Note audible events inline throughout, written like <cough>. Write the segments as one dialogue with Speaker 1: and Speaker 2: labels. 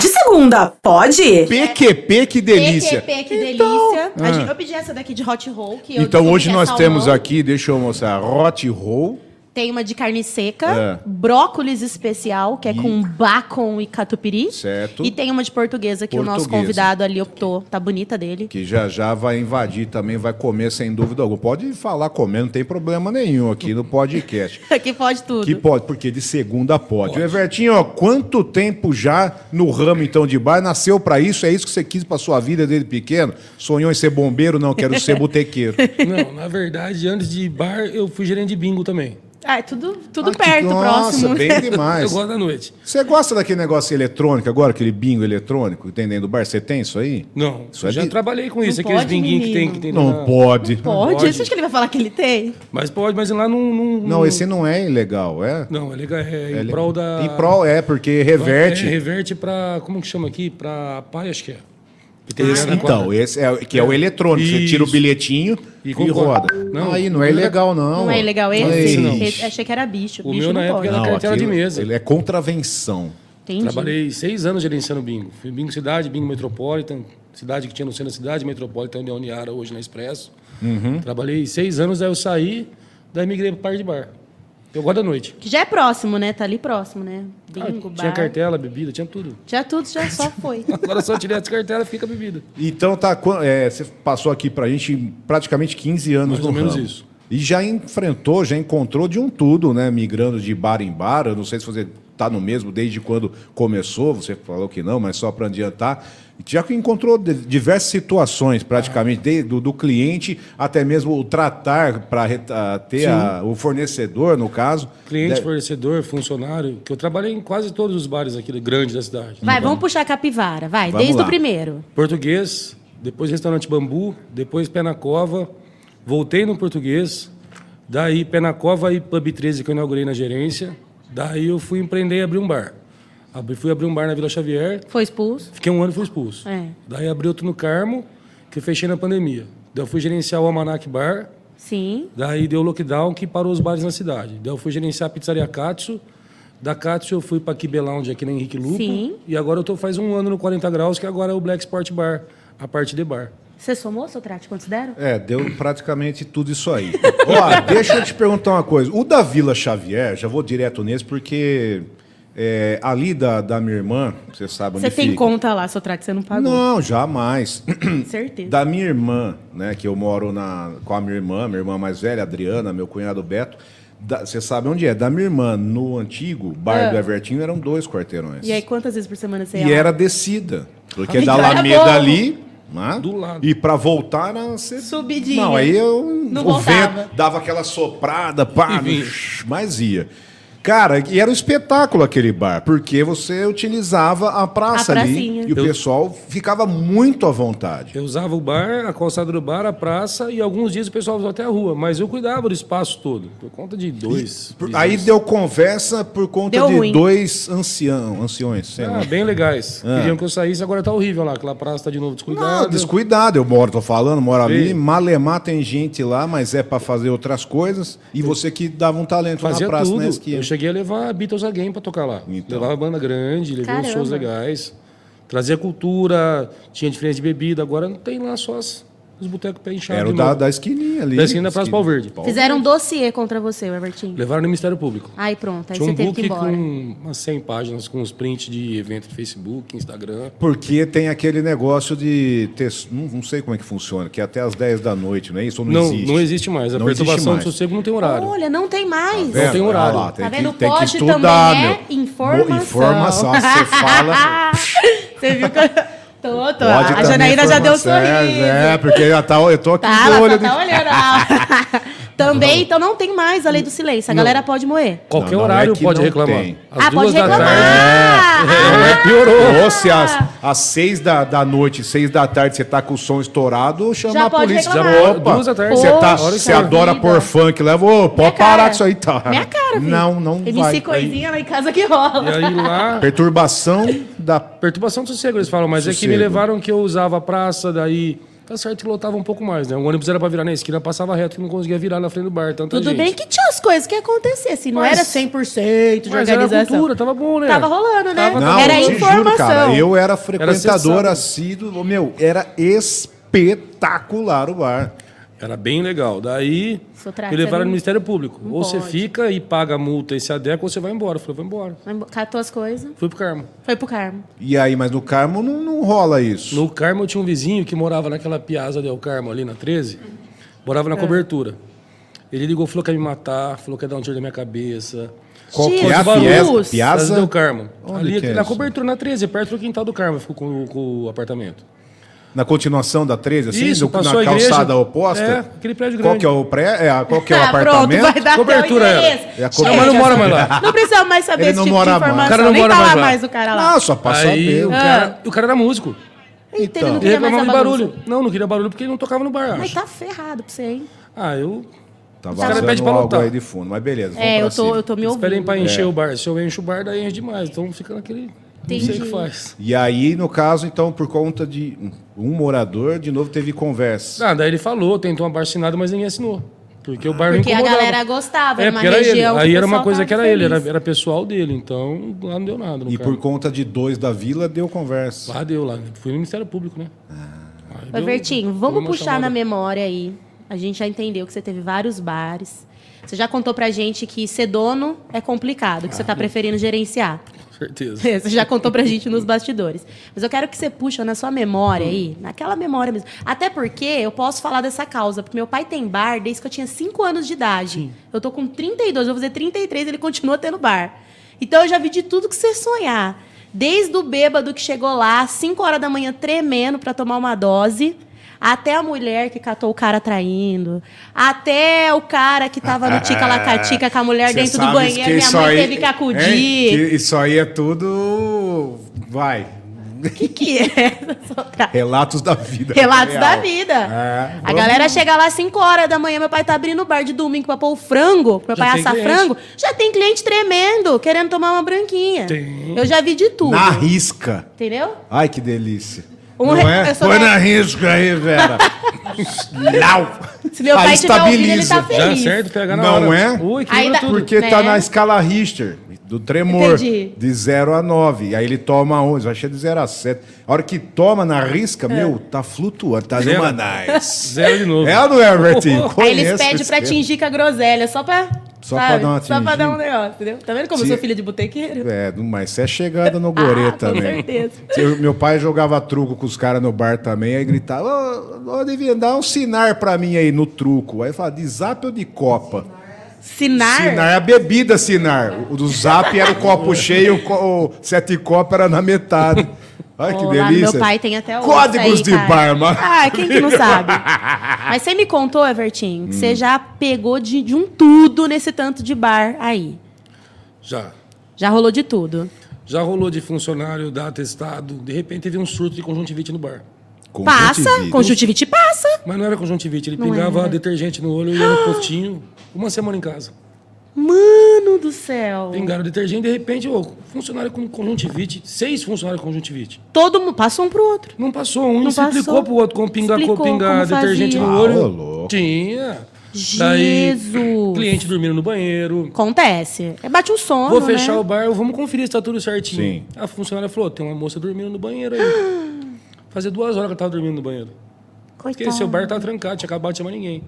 Speaker 1: segunda, pode?
Speaker 2: PQP, que delícia.
Speaker 3: PQP, que
Speaker 2: Então,
Speaker 3: delícia.
Speaker 2: ah.
Speaker 3: A gente, eu pedi essa daqui de hot roll. Que eu
Speaker 2: Então
Speaker 3: descobri
Speaker 2: hoje
Speaker 3: que é
Speaker 2: nós
Speaker 3: salmão.
Speaker 2: temos aqui, deixa eu mostrar, hot roll.
Speaker 3: Tem uma de carne seca,
Speaker 2: É.
Speaker 3: brócolis especial, que é com bacon e catupiry.
Speaker 2: Certo.
Speaker 3: E tem uma de portuguesa que o nosso
Speaker 2: Portuguesa.
Speaker 3: convidado ali optou. Tá bonita dele. <laughs>
Speaker 2: Que já já vai invadir também, vai comer sem dúvida alguma. Pode falar comer, não tem problema nenhum aqui no podcast.
Speaker 3: Aqui pode tudo.
Speaker 2: Que pode, porque de segunda pode. O Evertinho, ó, quanto tempo já no ramo então de bar? Nasceu pra isso? É isso que você quis pra sua vida desde pequeno? Sonhou em ser bombeiro? Não, quero ser
Speaker 3: <laughs>
Speaker 2: botequeiro.
Speaker 4: Não, na verdade, antes de bar, eu fui gerente de bingo também.
Speaker 3: Ah, é tudo, tudo
Speaker 2: Ah, que-
Speaker 3: perto,
Speaker 2: Nossa, <laughs>
Speaker 3: próximo.
Speaker 2: bem
Speaker 4: Eu
Speaker 2: demais.
Speaker 4: gosto da noite.
Speaker 2: Você gosta daquele negócio eletrônico agora, aquele bingo eletrônico que tem dentro do bar? Você tem isso aí?
Speaker 4: Não,
Speaker 2: Isso é
Speaker 4: já
Speaker 2: de-
Speaker 4: trabalhei com isso.
Speaker 3: Não
Speaker 4: Aqueles
Speaker 3: pode,
Speaker 4: binguinhos que tem,
Speaker 3: menino.
Speaker 4: que tem
Speaker 2: Não
Speaker 4: na-
Speaker 2: pode.
Speaker 3: Pode?
Speaker 4: Pode.
Speaker 3: Você acha que ele vai falar que ele tem?
Speaker 4: Mas pode, mas lá não. Não,
Speaker 2: Não, esse não é ilegal, é?
Speaker 4: Não, é legal. É,
Speaker 2: É
Speaker 4: em
Speaker 2: le-
Speaker 4: prol da.
Speaker 2: Em prol, é, porque reverte.
Speaker 4: É, reverte pra. Como que chama aqui? Pra pai, acho que é. Que tem
Speaker 2: Esse,
Speaker 4: lá na
Speaker 2: então,
Speaker 4: quadra.
Speaker 2: esse é, o- que é o eletrônico. Você tira o
Speaker 4: Isso.
Speaker 2: bilhetinho e,
Speaker 4: E concorre.
Speaker 2: roda.
Speaker 4: Não,
Speaker 2: aí não é ilegal, não.
Speaker 3: Não é legal esse?
Speaker 2: Ixi.
Speaker 4: não.
Speaker 3: Esse- é Achei que era bicho.
Speaker 4: O
Speaker 3: bicho
Speaker 4: meu
Speaker 3: não
Speaker 4: na época
Speaker 3: pode.
Speaker 4: era- cartela de
Speaker 2: aquilo-
Speaker 4: mesa.
Speaker 2: Ele é contravenção.
Speaker 3: Entendi.
Speaker 4: Trabalhei seis anos gerenciando bingo. Fui bingo cidade, bingo metropolitan, cidade que tinha no centro da cidade, metropolitan, onde é a Uniara hoje na Expresso.
Speaker 2: Uhum.
Speaker 4: Trabalhei seis anos, aí eu saí, daí migrei para par de bar. Eu gosto da noite.
Speaker 3: Que já é próximo, né? Tá ali próximo, né?
Speaker 4: Ah,
Speaker 3: Bingo, bar.
Speaker 4: tinha cartela, bebida, tinha tudo.
Speaker 3: Já tudo, já só
Speaker 2: <laughs>
Speaker 3: foi.
Speaker 4: Agora só tirei as cartelas, fica a bebida.
Speaker 2: Então, tá, quan- é, você passou aqui pra gente praticamente 15 anos
Speaker 4: Mais
Speaker 2: no
Speaker 4: ou menos
Speaker 2: ramo.
Speaker 4: isso.
Speaker 2: E já enfrentou, já encontrou de um tudo, né? Migrando de bar em bar. Eu não sei se você tá no mesmo desde quando começou, você falou que não, mas só para adiantar. Já que encontrou de- diversas situações, praticamente,
Speaker 4: Ah.
Speaker 2: de- do, do cliente até mesmo o tratar para ter a- o fornecedor, no caso. Né?
Speaker 4: Cliente,
Speaker 2: Deve-
Speaker 4: fornecedor, funcionário, que eu trabalhei em quase todos os bares aqui grandes da cidade.
Speaker 3: Vai, vamos puxar a capivara, vai.
Speaker 2: Vamos
Speaker 3: desde
Speaker 2: lá.
Speaker 3: o primeiro.
Speaker 4: Português, depois restaurante Bambu, depois Pé na Cova, voltei no Português, daí Pé na Cova e Pub 13 que eu inaugurei na gerência, daí eu fui empreender e abri um bar. Abri- fui abrir um bar na Vila Xavier,
Speaker 3: Foi expulso.
Speaker 4: fiquei um ano e fui expulso.
Speaker 3: É.
Speaker 4: Daí abri outro no Carmo, que eu fechei na pandemia. Daí eu fui gerenciar o Almanac Bar,
Speaker 3: Sim.
Speaker 4: daí deu lockdown que parou os bares na cidade. Daí eu fui gerenciar a pizzaria Katsu, da Katsu eu fui para Kibe Lounge aqui na Henrique Lupo,
Speaker 3: Sim.
Speaker 4: e agora eu tô faz um ano no 40 graus, que agora é o Black Sport Bar, a parte de bar.
Speaker 3: Você somou, Sotrate, quanto deram?
Speaker 2: É, deu praticamente tudo isso aí. <laughs> Ó, deixa eu te perguntar uma coisa. O da Vila Xavier, já vou direto nesse, porque é, ali da, da minha irmã, você sabe onde
Speaker 3: Você tem
Speaker 2: fica.
Speaker 3: conta lá, Sotrate, você não pagou.
Speaker 2: Não, jamais.
Speaker 3: Certeza.
Speaker 2: Da minha irmã, né? Que eu moro na, com a minha irmã, minha irmã mais velha, Adriana, meu cunhado Beto. Da- Você sabe onde é? Da minha irmã, no antigo bar do Evertinho, eram dois quarteirões.
Speaker 3: Ah. E aí, quantas vezes por semana você ia?
Speaker 2: E
Speaker 3: lá?
Speaker 2: era descida.
Speaker 3: <laughs>
Speaker 2: Porque
Speaker 3: Então
Speaker 2: da
Speaker 3: era bom.
Speaker 2: Alameda ali. Né?
Speaker 4: Do lado.
Speaker 2: E pra voltar era ser...
Speaker 3: Subidinha.
Speaker 2: Não, aí eu.
Speaker 3: Não
Speaker 2: o
Speaker 3: voltava.
Speaker 2: vento dava aquela soprada, pá,
Speaker 4: E vinha.
Speaker 2: mas ia. Cara, e era um espetáculo aquele bar, porque você utilizava a praça
Speaker 3: A
Speaker 2: ali
Speaker 3: pracinha.
Speaker 2: e o
Speaker 4: Eu-
Speaker 2: pessoal ficava muito à vontade.
Speaker 4: Eu usava o bar, a calçada do bar, a praça e alguns dias o pessoal usava até a rua, mas eu cuidava do espaço todo, por conta de dois.
Speaker 2: Por-
Speaker 4: vizinhos.
Speaker 2: Aí deu conversa por conta
Speaker 3: Deu
Speaker 2: de
Speaker 3: ruim.
Speaker 2: dois ancião, anciões, sei lá.
Speaker 4: Ah, bem legais. Queriam que eu saísse, agora tá horrível lá, aquela praça tá de novo descuidada.
Speaker 2: Não, descuidado, eu moro, tô falando, moro ali.
Speaker 4: Sim.
Speaker 2: Malemar tem gente lá, mas é pra fazer outras coisas. E você que dava um talento
Speaker 4: Fazia
Speaker 2: na praça,
Speaker 4: tudo.
Speaker 2: né, esquina.
Speaker 4: Eu cheguei a levar Beatles Again pra tocar lá.
Speaker 2: Então.
Speaker 4: Levava banda grande, levei uns
Speaker 3: Caramba.
Speaker 4: shows legais. Trazia cultura, tinha diferença de bebida. Agora não tem lá só as- os botecos pé inchado.
Speaker 2: Era o
Speaker 4: de
Speaker 2: da,
Speaker 4: novo.
Speaker 2: da esquininha ali.
Speaker 4: Da esquina da Praça Pau Verde.
Speaker 3: Fizeram um dossiê contra você, o Evertinho.
Speaker 4: Levaram no Ministério Público.
Speaker 3: Aí pronto, aí
Speaker 4: Tinha um
Speaker 3: você teve que ir
Speaker 4: book
Speaker 3: embora.
Speaker 4: com umas 100 páginas, com uns prints de evento no Facebook, Instagram.
Speaker 2: Porque tem aquele negócio de ter, não, não sei como é que funciona, que é até às 10 da noite, não é isso? Ou não,
Speaker 4: Não,
Speaker 2: existe?
Speaker 4: não existe mais. A
Speaker 2: Não existe
Speaker 4: perturbação
Speaker 2: mais.
Speaker 4: do sossego não tem horário.
Speaker 3: Olha, não tem mais.
Speaker 2: Vendo?
Speaker 4: tem horário.
Speaker 2: Olha
Speaker 3: Tá vendo?
Speaker 2: Que, tem que
Speaker 3: Pode também
Speaker 2: estudar,
Speaker 3: é
Speaker 2: meu.
Speaker 3: informação.
Speaker 2: Mo- Informação. Você fala.
Speaker 3: Ah, Você viu que eu... <laughs> Tô, tô.
Speaker 2: pode
Speaker 3: a
Speaker 2: também
Speaker 3: Janaína já deu um
Speaker 2: informação. É,
Speaker 3: sorriso.
Speaker 2: É, porque já tá, eu tô aqui
Speaker 3: Tá,
Speaker 2: de
Speaker 3: ela
Speaker 2: olho.
Speaker 3: só tá olhando. ó. Também, então não tem mais a lei do silêncio. A galera pode moer.
Speaker 4: Qualquer
Speaker 2: Não, não
Speaker 4: horário
Speaker 2: é que
Speaker 4: pode
Speaker 2: não
Speaker 4: reclamar.
Speaker 2: tem.
Speaker 4: Às
Speaker 3: ah,
Speaker 4: duas
Speaker 3: pode
Speaker 4: da
Speaker 3: reclamar.
Speaker 4: tarde. <laughs>
Speaker 2: Não é piorou. Ou se às, às seis da, da noite, seis da tarde, você tá com o som estourado, chama
Speaker 3: Já
Speaker 2: a
Speaker 3: pode
Speaker 2: polícia.
Speaker 3: reclamar.
Speaker 2: Opa,
Speaker 4: Duas da tarde.
Speaker 2: Você, tá,
Speaker 3: Poxa
Speaker 2: você adora
Speaker 3: vida.
Speaker 2: pôr funk, leva. Ô,
Speaker 3: Minha
Speaker 2: pode parar
Speaker 3: cara.
Speaker 2: com isso aí, tá?
Speaker 3: Minha cara, filho.
Speaker 2: Não, não
Speaker 3: <laughs> MC
Speaker 2: é. vai.
Speaker 3: coisinha lá em casa que rola.
Speaker 4: E aí então, lá.
Speaker 2: Perturbação da...
Speaker 4: Perturbação do sossego, eles falam, mas é que
Speaker 2: Sossego.
Speaker 4: me levaram que eu usava a praça, daí Tá certo que lotava um pouco mais, né? O ônibus era pra virar na esquina, passava reto e não conseguia virar na frente do bar. Tanta
Speaker 3: Tudo
Speaker 4: gente.
Speaker 3: bem que tinha as coisas que aconteciam, assim, não
Speaker 4: Mas-
Speaker 3: era 100% de
Speaker 4: Mas era
Speaker 3: organização.
Speaker 4: cultura, tava bom, né?
Speaker 3: Tava rolando, né?
Speaker 4: Tava-
Speaker 2: Não,
Speaker 3: era
Speaker 2: eu te
Speaker 3: informação.
Speaker 2: juro, cara. Eu era frequentador
Speaker 4: sessão.
Speaker 2: assíduo. ô, Meu, era espetacular o bar.
Speaker 4: Era bem legal. Daí
Speaker 3: Sou traça,
Speaker 4: me levaram
Speaker 3: né?
Speaker 4: no Ministério Público.
Speaker 3: Não
Speaker 4: ou você
Speaker 3: pode.
Speaker 4: fica e paga a multa e se adequa, ou você vai embora. Eu falei, vou embora.
Speaker 3: Catou as coisas,
Speaker 4: Fui pro Carmo.
Speaker 3: foi pro Carmo.
Speaker 2: E aí, mas no Carmo não, não rola isso.
Speaker 4: No Carmo eu tinha um vizinho que morava naquela Piazza del Carmo ali na 13. Morava
Speaker 3: Ah.
Speaker 4: na cobertura. Ele ligou, falou que ia me matar, falou que ia dar um tiro na minha cabeça.
Speaker 2: Qual que é
Speaker 3: Jesus!
Speaker 2: a Fies-
Speaker 4: Piazza
Speaker 2: Piazza?
Speaker 4: del Carmo.
Speaker 2: Onde
Speaker 4: ali
Speaker 2: que é
Speaker 4: na
Speaker 2: isso?
Speaker 4: cobertura, na 13, perto do quintal do Carmo, ficou com, o- com o apartamento.
Speaker 2: Na continuação da 13, assim,
Speaker 4: Isso,
Speaker 2: no-
Speaker 4: passou
Speaker 2: na
Speaker 4: a igreja.
Speaker 2: calçada oposta?
Speaker 4: É, aquele prédio
Speaker 2: Qual
Speaker 4: grande.
Speaker 2: que é o, pré, é, a- qual que é o
Speaker 3: Ah,
Speaker 2: apartamento?
Speaker 3: pronto, vai dar
Speaker 4: Cobertura
Speaker 3: até o
Speaker 4: era.
Speaker 3: endereço.
Speaker 2: É a
Speaker 3: Chega,
Speaker 2: cobertura.
Speaker 4: Mas não mora
Speaker 3: já-
Speaker 4: mais lá.
Speaker 3: Não precisava mais saber
Speaker 2: Ele
Speaker 3: esse
Speaker 2: não
Speaker 3: tipo de
Speaker 2: mora mais.
Speaker 3: informação.
Speaker 2: O
Speaker 4: cara não
Speaker 3: Nem
Speaker 4: mora
Speaker 3: tá lá
Speaker 4: mais lá.
Speaker 3: mais o cara lá.
Speaker 2: Ah, só passa a
Speaker 4: Aí
Speaker 2: ver.
Speaker 4: o cara, o cara era músico.
Speaker 3: Eita, ele
Speaker 2: então.
Speaker 3: não
Speaker 4: Ele
Speaker 3: queria mais
Speaker 4: reclamava de
Speaker 3: essa
Speaker 4: barulho.
Speaker 3: bagunça.
Speaker 4: Não, não queria barulho porque ele não tocava no bar.
Speaker 3: Mas
Speaker 4: acho.
Speaker 3: tá ferrado pra você, hein?
Speaker 4: Ah, eu.
Speaker 2: Tá
Speaker 4: Os caras
Speaker 2: vazando
Speaker 4: pedem pra
Speaker 2: algo
Speaker 4: lotar.
Speaker 2: aí de fundo, mas beleza. vamos
Speaker 3: É,
Speaker 2: pra
Speaker 3: eu tô,
Speaker 2: cima.
Speaker 3: eu tô me
Speaker 4: Eles pedem
Speaker 3: ouvindo.
Speaker 4: pra
Speaker 2: É.
Speaker 4: encher o bar. Se eu encho o bar, daí enche demais. Então fica naquele. Não sei o
Speaker 3: Entendi.
Speaker 4: que faz.
Speaker 2: E aí, no caso, então, por conta de um morador, de novo teve conversa.
Speaker 4: Ah, daí ele falou, tentou uma assinada, mas ninguém assinou. Porque o bar não
Speaker 3: Porque a
Speaker 4: incomodava.
Speaker 3: galera gostava,
Speaker 4: É,
Speaker 3: era uma
Speaker 4: porque era ele.
Speaker 3: região que
Speaker 4: Aí
Speaker 3: o
Speaker 4: era uma
Speaker 3: pessoal
Speaker 4: coisa
Speaker 3: tava
Speaker 4: que era ele, era,
Speaker 3: feliz.
Speaker 4: era pessoal dele. Então lá não deu nada. No
Speaker 2: E
Speaker 4: cara.
Speaker 2: por conta de dois da vila, deu conversa.
Speaker 4: Lá deu, lá. Fui no Ministério Público, né? Aí
Speaker 3: Ah. Ô,
Speaker 4: deu-
Speaker 3: Vertinho,
Speaker 4: deu
Speaker 3: vamos
Speaker 4: uma
Speaker 3: puxar
Speaker 4: chamada.
Speaker 3: na memória aí. A gente já entendeu que você teve vários bares. Você já contou pra gente que ser dono é complicado, que você
Speaker 2: Ah,
Speaker 3: tá preferindo gerenciar. <laughs>
Speaker 4: Certeza.
Speaker 3: Você já contou pra
Speaker 2: <laughs>
Speaker 3: gente nos bastidores. Mas eu quero que você puxa na sua memória aí,
Speaker 2: Hum.
Speaker 3: naquela memória mesmo. Até porque eu posso falar dessa causa, porque meu pai tem bar desde que eu tinha 5 anos de idade. Eu tô com 32, vou fazer 33, ele continua tendo bar. Então eu já vi de tudo que você sonhar. Desde o bêbado que chegou lá, 5 horas da manhã, tremendo pra tomar uma dose. Até a mulher que catou o cara traindo. Até o cara que tava
Speaker 2: Ah,
Speaker 3: no tica-lacatica com a mulher
Speaker 2: Cê
Speaker 3: dentro do
Speaker 2: sabe
Speaker 3: banheiro. Minha
Speaker 2: isso
Speaker 3: mãe
Speaker 2: aí-
Speaker 3: teve que acudir.
Speaker 2: hein? Que isso aí é tudo. Vai.
Speaker 3: que, que é essa outra-
Speaker 2: Relatos da vida.
Speaker 3: Relatos da
Speaker 2: É Real.
Speaker 3: vida.
Speaker 2: É,
Speaker 3: a
Speaker 2: vamos-
Speaker 3: galera chega lá às 5 horas da manhã, meu pai tá abrindo o bar de domingo pra pôr o frango, pra meu
Speaker 4: Já
Speaker 3: pai
Speaker 4: tem
Speaker 3: assar
Speaker 4: cliente.
Speaker 3: frango. Já tem cliente tremendo, querendo tomar uma branquinha.
Speaker 4: Tem.
Speaker 3: Eu já vi de tudo.
Speaker 2: Na risca.
Speaker 3: Entendeu?
Speaker 2: Ai, que delícia.
Speaker 3: Um
Speaker 2: Não
Speaker 3: re-
Speaker 2: é?
Speaker 3: eu sou
Speaker 2: Põe
Speaker 3: da-
Speaker 2: na risca aí, Vera. Lau!
Speaker 3: Se meu
Speaker 2: Aí
Speaker 3: pai tiver ouvindo, ele
Speaker 2: estabiliza.
Speaker 3: tá
Speaker 4: Já
Speaker 3: feliz.
Speaker 4: certo, pega na
Speaker 2: Não
Speaker 4: hora.
Speaker 2: é?
Speaker 4: Ui, que
Speaker 3: Ainda-
Speaker 4: tudo.
Speaker 2: Porque tá
Speaker 3: né?
Speaker 2: na escala Richter, do tremor,
Speaker 3: Entendi.
Speaker 2: de 0 a 9. Aí ele toma 11, vai cheio de 0 a 7. A hora que toma na
Speaker 3: É.
Speaker 2: risca, meu, tá flutuando, tá
Speaker 4: Zero.
Speaker 2: numa
Speaker 3: <laughs>
Speaker 2: nice.
Speaker 4: Zero de novo.
Speaker 2: É ou não é, Bertinho?
Speaker 3: Aí eles
Speaker 2: Conheço
Speaker 3: pedem
Speaker 2: esse
Speaker 3: pra
Speaker 2: tempo.
Speaker 3: atingir com a groselha, só pra.
Speaker 2: Só pra dar uma
Speaker 3: Só pra dar um
Speaker 2: atingida.
Speaker 3: negócio, entendeu? Tá vendo como eu
Speaker 2: Se-
Speaker 3: sou filha de botequeiro?
Speaker 2: É, mas você é chegada no
Speaker 3: <laughs>
Speaker 2: goreta,
Speaker 3: Ah, com
Speaker 2: né?
Speaker 3: certeza.
Speaker 2: Eu- meu pai jogava truco com os caras no bar também, aí gritava, ô, ô Adivinha, dá um sinar pra mim aí no truco. Aí eu falava, de zap ou de copa?
Speaker 3: Sinar?
Speaker 2: Sinar é a bebida, Sinar. O do Zap era o copo cheio, o, co- o sete copo era na metade. Olha que
Speaker 3: Pô, lá no
Speaker 2: delícia.
Speaker 3: meu pai tem até hoje.
Speaker 2: Códigos
Speaker 3: isso
Speaker 2: de
Speaker 3: aí, cara.
Speaker 2: bar, mano.
Speaker 3: Ah, quem
Speaker 2: <laughs>
Speaker 3: que não sabe? Mas você me contou, Evertinho, que você já pegou de, de um tudo nesse tanto de bar aí.
Speaker 4: Já.
Speaker 3: Já rolou de tudo.
Speaker 4: Já rolou de funcionário, dar atestado. De repente teve um surto de conjuntivite no bar.
Speaker 3: Passa, conjuntivite passa.
Speaker 4: Mas não era conjuntivite, ele pingava
Speaker 3: era.
Speaker 4: detergente no olho e ia no postinho. Uma semana em casa.
Speaker 3: Mano do céu.
Speaker 4: Pingaram um detergente, de repente, ô, funcionário com conjuntivite, seis funcionários com conjuntivite.
Speaker 3: Todo mundo passa um pro outro.
Speaker 4: Não passou um,
Speaker 3: Não
Speaker 4: se explicou
Speaker 3: passou.
Speaker 4: pro outro como pingar,
Speaker 3: Explicou
Speaker 4: como pingar
Speaker 3: como
Speaker 4: detergente
Speaker 3: fazia.
Speaker 4: no olho.
Speaker 2: Ah, ô, louco.
Speaker 4: Tinha.
Speaker 3: Jesus.
Speaker 4: cliente dormindo no banheiro.
Speaker 3: Acontece. É bate um sono,
Speaker 4: Vou fechar
Speaker 3: né?
Speaker 4: o bar, vamos conferir se tá tudo certinho.
Speaker 2: Sim.
Speaker 4: A funcionária falou: tem uma moça dormindo no
Speaker 3: <gasps>
Speaker 4: banheiro aí. Fazia duas horas que ela tava dormindo no banheiro. Porque
Speaker 3: Coitado.
Speaker 4: seu bar tá trancado, tinha acabado de chamar ninguém.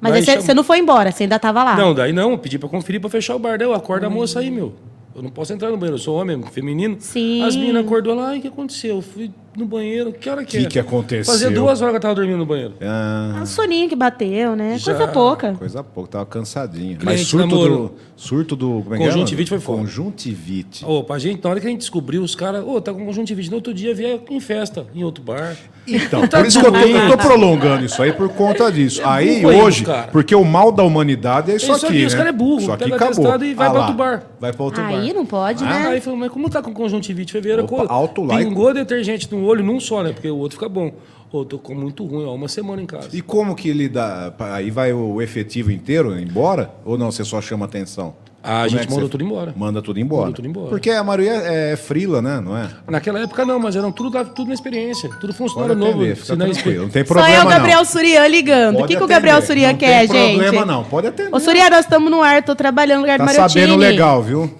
Speaker 3: Mas
Speaker 4: Daí
Speaker 3: aí você
Speaker 4: chama-
Speaker 3: você não foi embora, você ainda tava lá.
Speaker 4: Não, daí não, eu pedi pra conferir pra fechar o bar. Daí eu acorda a moça aí, meu. Eu não posso entrar no banheiro, eu sou homem, feminino.
Speaker 3: Sim.
Speaker 4: As meninas acordou lá, ai, o que aconteceu? Eu fui no banheiro, que hora que
Speaker 2: Que
Speaker 4: é?
Speaker 2: que aconteceu?
Speaker 4: Fazia duas horas que eu tava dormindo no banheiro.
Speaker 2: Ah,
Speaker 3: É um soninho que bateu, né?
Speaker 4: Já.
Speaker 3: Coisa pouca.
Speaker 2: coisa pouco, tava cansadinha. Mas
Speaker 4: Cliente
Speaker 2: surto do,
Speaker 4: namoro.
Speaker 2: surto do... Como é que
Speaker 4: Conjuntivite
Speaker 2: é,
Speaker 4: foi foda.
Speaker 2: Conjuntivite.
Speaker 4: Ô, pra gente, na hora que a gente descobriu, os caras, ô, tá com conjuntivite. No outro dia vier em festa, em outro bar.
Speaker 2: Então, por isso que eu tô, eu tô prolongando isso aí por conta disso. Aí
Speaker 4: É burro aí,
Speaker 2: hoje,
Speaker 4: cara.
Speaker 2: porque o mal da humanidade é isso,
Speaker 4: É isso
Speaker 2: aqui,
Speaker 4: aqui,
Speaker 2: né?
Speaker 4: os cara é burro,
Speaker 2: Isso aqui
Speaker 4: pega
Speaker 2: acabou.
Speaker 4: atestado e vai
Speaker 2: Ah
Speaker 4: pra
Speaker 2: lá,
Speaker 4: outro bar. Ah,
Speaker 2: Vai pra outro bar.
Speaker 3: Aí não pode, né?
Speaker 4: Aí falou, mas como tá com conjuntivite? Foi ver,
Speaker 2: Opa,
Speaker 4: co-
Speaker 2: alto lá e-
Speaker 4: pingou detergente no olho, num só, né? Porque o outro fica bom. Ô, tô com muito ruim, ó, uma semana em casa.
Speaker 2: E como que ele dá? Aí vai o efetivo inteiro embora? Ou não, você só chama atenção?
Speaker 4: Ah, A
Speaker 2: Como é
Speaker 4: gente
Speaker 2: que
Speaker 4: mandou
Speaker 2: você-
Speaker 4: tudo embora.
Speaker 2: Manda tudo embora.
Speaker 4: Manda tudo embora.
Speaker 2: Porque a maioria é frila, né? Não é?
Speaker 4: Naquela época não, mas eram tudo, tudo na experiência. Tudo
Speaker 2: Pode
Speaker 4: funcionário novo.
Speaker 2: atender,
Speaker 4: se
Speaker 2: fica
Speaker 4: não-
Speaker 2: tranquilo. Não tem
Speaker 3: Só
Speaker 2: problema,
Speaker 3: é o
Speaker 2: não.
Speaker 3: Gabriel Surian ligando.
Speaker 2: Pode
Speaker 3: o que, que o
Speaker 2: atender,
Speaker 3: Gabriel Surian
Speaker 2: não
Speaker 3: quer,
Speaker 2: Não tem
Speaker 3: gente?
Speaker 2: problema, não. Pode atender.
Speaker 3: Ô, Surian, nós estamos no ar, tô trabalhando no lugar
Speaker 2: tá
Speaker 3: do Mariottini.
Speaker 2: sabendo legal, viu?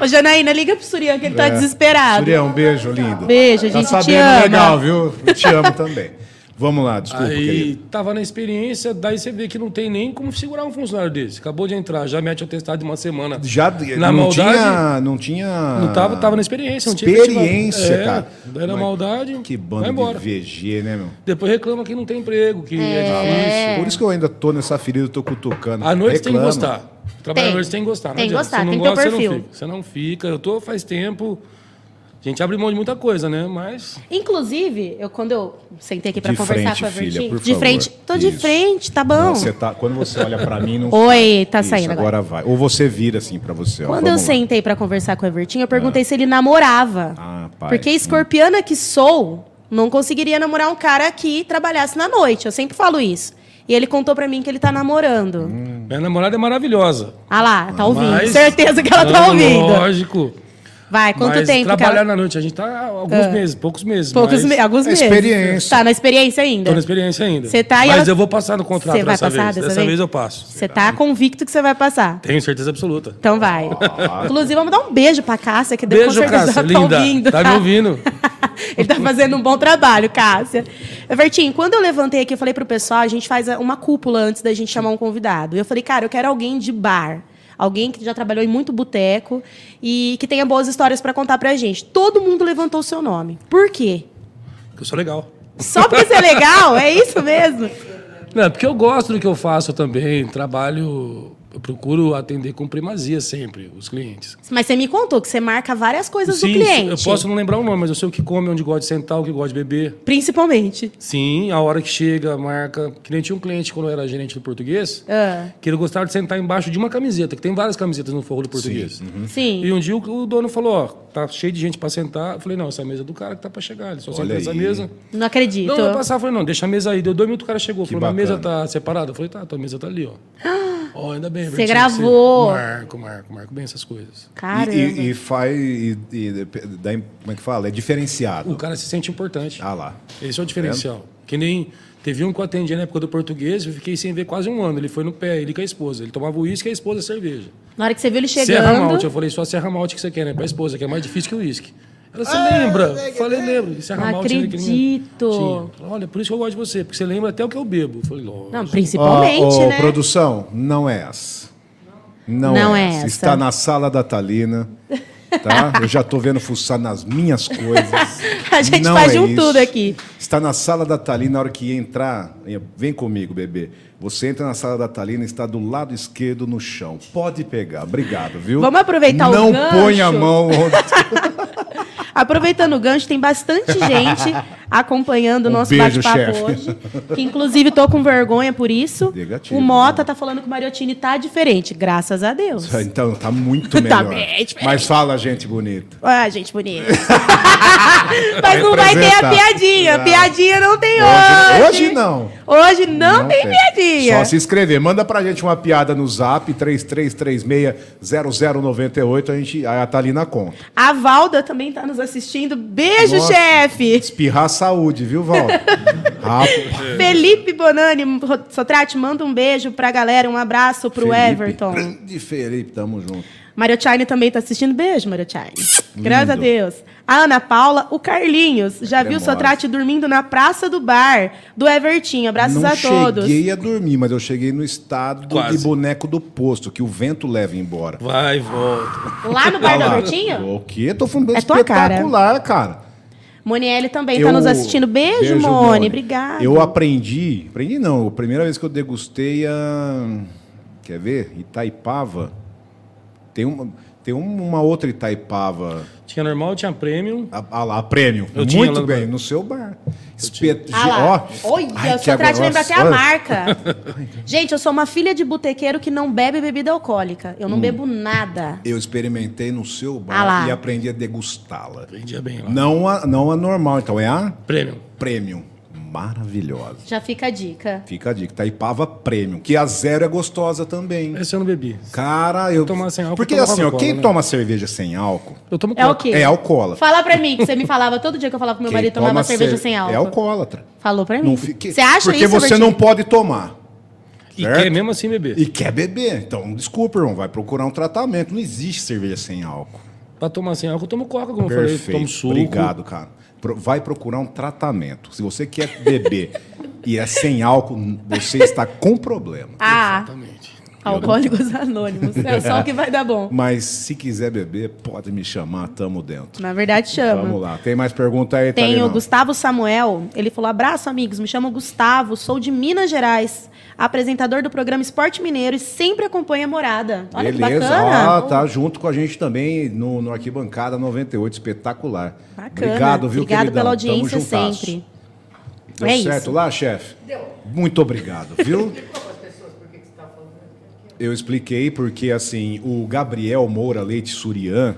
Speaker 3: Ô, Janaína, liga pro Surian, que ele tá
Speaker 2: É.
Speaker 3: desesperado.
Speaker 2: Surian, um beijo, lindo.
Speaker 3: Beijo, a gente
Speaker 2: Tá
Speaker 3: te
Speaker 2: sabendo
Speaker 3: ama.
Speaker 2: legal, viu? Eu te amo também. Vamos lá, desculpa,
Speaker 4: Aí
Speaker 2: querido.
Speaker 4: tava na experiência, daí você vê que não tem nem como segurar um funcionário desse. Acabou de entrar, já mete o testado de uma semana.
Speaker 2: Já
Speaker 4: na
Speaker 2: não
Speaker 4: maldade,
Speaker 2: tinha. Não tinha.
Speaker 4: não tava, tava na experiência, não tinha
Speaker 2: Experiência,
Speaker 4: efetiva-
Speaker 2: cara.
Speaker 4: É, Era maldade.
Speaker 2: Que
Speaker 4: vai
Speaker 2: banda
Speaker 4: embora.
Speaker 2: de VG, né, meu?
Speaker 4: Depois reclama que não tem emprego, que é, difícil.
Speaker 2: Por isso que eu ainda tô nessa ferida, tô cutucando.
Speaker 4: À noite tem que
Speaker 2: Reclama.
Speaker 4: gostar. O trabalhador tem que gostar. não
Speaker 3: Tem que
Speaker 4: adianta.
Speaker 3: gostar,
Speaker 4: Se não
Speaker 3: tem que ter o
Speaker 4: gosta, você não
Speaker 3: perfil.
Speaker 4: fica. Você não fica. Eu tô faz tempo. A gente abre mão de muita coisa, né? Mas
Speaker 3: Inclusive, eu quando eu sentei aqui pra
Speaker 2: De
Speaker 3: conversar
Speaker 2: frente,
Speaker 3: com a
Speaker 2: filha,
Speaker 3: Vertinho,
Speaker 2: por
Speaker 3: de
Speaker 2: favor.
Speaker 3: frente, tô de
Speaker 2: Isso.
Speaker 3: frente, tá
Speaker 2: Não,
Speaker 3: bom?
Speaker 2: você tá, quando você olha pra mim, não.
Speaker 3: <laughs> Oi, tá
Speaker 2: Isso,
Speaker 3: saindo agora.
Speaker 2: agora. vai. Ou você vira assim pra você. ó,
Speaker 3: Quando eu
Speaker 2: vamos lá.
Speaker 3: sentei pra conversar com o Evertinho, eu perguntei se ele namorava.
Speaker 2: Ah, pai.
Speaker 3: Porque escorpiana que sou, não conseguiria namorar um cara que trabalhasse na noite. Eu sempre falo isso. E ele contou pra mim que ele tá namorando.
Speaker 2: Hum.
Speaker 4: minha namorada é maravilhosa.
Speaker 3: Ah lá, tá ouvindo.
Speaker 4: Mas-
Speaker 3: Certeza que ela
Speaker 4: Ah,
Speaker 3: tá ouvindo.
Speaker 4: Lógico.
Speaker 3: Vai, quanto
Speaker 4: Mas
Speaker 3: tempo? que
Speaker 4: Trabalhar
Speaker 3: ela- Ah.
Speaker 4: na noite. A gente tá há alguns meses, poucos meses.
Speaker 3: Poucos
Speaker 4: mas
Speaker 3: me- alguns
Speaker 2: É
Speaker 3: meses.
Speaker 2: experiência.
Speaker 3: Tá na experiência ainda?
Speaker 4: Tô na experiência ainda.
Speaker 3: Você tá e
Speaker 4: Mas
Speaker 3: ela-
Speaker 4: eu vou passar no contrato
Speaker 3: Você vai
Speaker 4: dessa
Speaker 3: passar
Speaker 4: vez.
Speaker 3: dessa
Speaker 4: Dessa
Speaker 3: vez?
Speaker 4: vez eu passo.
Speaker 3: Você tá convicto que você vai passar.
Speaker 4: Tenho certeza absoluta.
Speaker 3: Então vai. Inclusive, vamos dar um beijo pra Cássia, que deu com
Speaker 4: Beijo,
Speaker 3: certeza
Speaker 4: Cássia,
Speaker 3: ela tá
Speaker 4: linda.
Speaker 3: ouvindo. <laughs>
Speaker 4: Tá me ouvindo.
Speaker 3: Ele tá fazendo um bom trabalho, Cássia. Evertinho, quando eu levantei aqui, eu falei pro pessoal, a gente faz uma cúpula antes da gente chamar um convidado. E eu falei, cara, eu quero alguém de bar. Alguém que já trabalhou em muito boteco e que tenha boas histórias pra contar pra gente. Todo mundo levantou o seu nome. Por quê?
Speaker 4: Eu sou legal.
Speaker 3: Só porque você é legal? É isso mesmo?
Speaker 4: Não, é porque eu gosto do que eu faço também. Trabalho, eu procuro atender com primazia sempre os clientes.
Speaker 3: Mas você me contou que você marca várias coisas do cliente.
Speaker 4: eu posso não lembrar o nome, mas eu sei o que come, onde gosta de sentar, o que gosta de beber.
Speaker 3: Principalmente.
Speaker 4: Sim, a hora que chega, marca. Que nem tinha um cliente quando eu era gerente do português,
Speaker 3: Ah,
Speaker 4: que ele gostava de sentar embaixo de uma camiseta, que tem várias camisetas no forro do português.
Speaker 2: uhum.
Speaker 3: sim.
Speaker 4: E um dia o o dono falou, ó, tá cheio de gente pra sentar. Eu falei, não, essa é a mesa do cara que tá pra chegar, ele só
Speaker 2: Olha
Speaker 4: senta nessa
Speaker 2: aí.
Speaker 4: mesa.
Speaker 3: Não acredito.
Speaker 4: Não, vai passar. Eu falei, não, deixa a mesa aí. Deu dois minutos, o cara chegou. Falou, minha mesa
Speaker 2: bacana.
Speaker 4: tá separada? Eu falei, tá, tua mesa tá
Speaker 3: <gasps>
Speaker 4: ali, ó. Ó, ainda bem.
Speaker 3: Você
Speaker 4: Bertinho, que
Speaker 3: gravou.
Speaker 4: Marco, marco, marco bem essas coisas.
Speaker 3: Caramba.
Speaker 2: E, e- e faz. E, e- dá em- como é que fala? É
Speaker 4: O
Speaker 2: diferenciado.
Speaker 4: cara se sente importante.
Speaker 2: Ah tá lá.
Speaker 4: Esse é o diferencial. Que nem teve um que eu atendi na época do português, eu fiquei sem ver quase um ano. Ele foi no pé, ele com a esposa. Ele tomava uísque e a esposa cerveja.
Speaker 3: Na hora que você viu ele
Speaker 4: Serra
Speaker 3: chegando.
Speaker 4: Malte, é eu falei, só Serra Malte que você quer, né? Pra esposa, que é mais difícil que o uísque. Ela,
Speaker 2: Ah,
Speaker 4: você lembra? Eu falei, lembro. E Serra
Speaker 3: Não
Speaker 4: Malte era aquele mesmo.
Speaker 3: acredito.
Speaker 4: Tinha. Olha, por isso que eu gosto de você, porque você lembra até o que eu bebo. Eu falei, lógico.
Speaker 3: Não, principalmente,
Speaker 2: Ó, ô,
Speaker 3: né?
Speaker 2: Produção, não é essa. Não,
Speaker 3: Não
Speaker 2: é,
Speaker 3: é
Speaker 2: essa.
Speaker 3: essa.
Speaker 2: Está na sala da Talina.
Speaker 3: <laughs>
Speaker 2: Tá? Eu já tô vendo fuçar nas minhas coisas.
Speaker 3: A gente
Speaker 2: Não é
Speaker 3: faz de um
Speaker 2: isso.
Speaker 3: tudo aqui.
Speaker 2: Está na sala da Talina, na hora que entrar, eh, vem comigo, bebê. Você entra na sala da Talina, está do lado esquerdo no chão. Pode pegar, obrigado, viu?
Speaker 3: Vamos aproveitar o
Speaker 2: Não
Speaker 3: gancho.
Speaker 2: põe a mão onde... <laughs>
Speaker 3: Aproveitando o gancho, tem bastante gente acompanhando o
Speaker 2: Um
Speaker 3: nosso
Speaker 2: beijo, chefe.
Speaker 3: bate-papo hoje. Que inclusive tô com vergonha por isso.
Speaker 2: Negativo, né?
Speaker 3: o Mota tá falando que o Mariottini tá diferente, graças a Deus.
Speaker 2: <laughs> Então, tá muito
Speaker 3: <laughs> Tá
Speaker 2: melhor.
Speaker 3: bem diferente.
Speaker 2: Mas fala, gente bonita.
Speaker 3: Ah, gente bonita. Mas não vai ter a
Speaker 2: Representa.
Speaker 3: piadinha.
Speaker 2: Não.
Speaker 3: Piadinha não tem hoje.
Speaker 2: Hoje- hoje não.
Speaker 3: Hoje não, tem,
Speaker 2: Só
Speaker 3: piadinha.
Speaker 2: se inscrever. Manda pra gente uma piada no zap 33360098. A gente a Talina conta.
Speaker 3: A Valda também tá nos assistindo. Beijo,
Speaker 2: Nossa.
Speaker 3: chefe.
Speaker 2: Espirrar saúde, viu,
Speaker 3: <laughs>
Speaker 2: Val? Rapaz.
Speaker 3: Felipe Bonani, Ro- Sotrate, manda um beijo pra galera, um abraço pro Everton.
Speaker 2: De Felipe, tamo junto.
Speaker 3: Mario Chine também tá assistindo. Beijo, Mario Chine. Graças a
Speaker 2: Lindo.
Speaker 3: Deus. A Ana Paula, o Carlinhos. Já viu o
Speaker 2: cremosa.
Speaker 3: Sotrate dormindo na praça do bar do Evertinho. Abraços
Speaker 2: Não
Speaker 3: a todos.
Speaker 2: cheguei a dormir, mas eu cheguei no estado
Speaker 4: Quase.
Speaker 2: de boneco do posto, que o vento leva embora.
Speaker 4: Vai, volta.
Speaker 3: Lá no bar do
Speaker 2: Olha lá.
Speaker 3: Evertinho?
Speaker 2: O quê? Tô falando
Speaker 3: É tua cara.
Speaker 2: espetacular, cara.
Speaker 3: Moniele também
Speaker 2: Eu-
Speaker 3: tá nos assistindo. Beijo, Mone. Obrigada.
Speaker 2: Eu aprendi, aprendi não, a primeira vez que eu degustei a. Quer ver? Itaipava. Tem uma, tem uma outra Itaipava.
Speaker 4: Tinha normal, tinha premium.
Speaker 2: Ah ah lá, prêmio.
Speaker 4: Eu tinha lá
Speaker 2: Muito
Speaker 4: no
Speaker 2: bem,
Speaker 4: bar.
Speaker 2: no seu bar. Espeto.
Speaker 3: Ah lá.
Speaker 2: Ó.
Speaker 3: Olha,
Speaker 2: Ai,
Speaker 3: o
Speaker 2: que
Speaker 3: seu traje
Speaker 2: água-
Speaker 3: lembra
Speaker 2: nossa,
Speaker 3: até a
Speaker 2: olha. <laughs>
Speaker 3: marca. Gente, eu sou uma filha de botequeiro que não bebe bebida alcoólica.
Speaker 2: Hum.
Speaker 3: Eu não bebo nada.
Speaker 2: Eu experimentei no seu
Speaker 3: Ah
Speaker 2: bar
Speaker 3: lá.
Speaker 2: e aprendi a degustá-la.
Speaker 4: Vendia bem lá.
Speaker 2: Não a, não a normal, então é a
Speaker 4: Premium.
Speaker 2: premium. Hum, maravilhosa.
Speaker 3: Já fica a dica.
Speaker 2: Fica a dica. Taipava Premium, que a zero é gostosa também.
Speaker 4: Essa eu não bebi.
Speaker 2: Cara, eu.
Speaker 4: tomar sem álcool,
Speaker 2: Porque
Speaker 4: toma
Speaker 2: assim, ó,
Speaker 4: Coca-Cola,
Speaker 2: quem
Speaker 4: né?
Speaker 2: toma cerveja sem álcool
Speaker 4: Eu tomo
Speaker 3: É o
Speaker 4: coca.
Speaker 3: quê?
Speaker 2: é alcoólatra.
Speaker 3: Fala pra mim, que você me falava todo dia que eu falava pro meu
Speaker 2: Quem
Speaker 3: marido tomar uma
Speaker 2: cer-
Speaker 3: cerveja sem álcool.
Speaker 2: É alcoólatra.
Speaker 3: Falou pra mim.
Speaker 2: Não fique-
Speaker 3: Você acha
Speaker 2: Porque
Speaker 3: isso,
Speaker 2: você
Speaker 3: Bertinho?
Speaker 2: não pode tomar.
Speaker 4: E
Speaker 2: Certo?
Speaker 4: quer mesmo assim beber.
Speaker 2: E quer beber. Então, desculpa, irmão. Vai procurar um tratamento. Não existe cerveja sem álcool.
Speaker 4: Pra tomar sem álcool, eu tomo coca, como eu falei.
Speaker 2: Perfeito.
Speaker 4: Tomo suco.
Speaker 2: Obrigado, cara. Pro- Vai procurar um tratamento. Se você quer beber e é sem álcool, você está com problema.
Speaker 3: Ah,
Speaker 4: Exatamente.
Speaker 3: alcoólicos anônimos. É só o que vai dar bom.
Speaker 2: Mas se quiser beber, pode me chamar. Tamo dentro.
Speaker 3: Na verdade, chama.
Speaker 2: Vamos lá. Tem mais pergunta aí,
Speaker 3: Tem
Speaker 2: Thalinão?
Speaker 3: o Gustavo Samuel, ele falou: abraço, amigos, me chamo Gustavo, sou de Minas Gerais, apresentador do programa Esporte Mineiro e sempre acompanha a morada. Olha que
Speaker 2: Beleza,
Speaker 3: bacana.
Speaker 2: ó, tá junto com a gente também no, no Arquibancada 98, espetacular.
Speaker 3: Bacana.
Speaker 2: Obrigado, viu,
Speaker 3: Obrigado
Speaker 2: queridão?
Speaker 3: pela audiência
Speaker 2: Tamo É juntasso.
Speaker 3: sempre.
Speaker 2: Deu
Speaker 3: É
Speaker 2: certo
Speaker 3: isso.
Speaker 2: lá, chefe? Deu. Muito obrigado, viu? Eu expliquei porque, assim, o Gabriel Moura Leite Surian,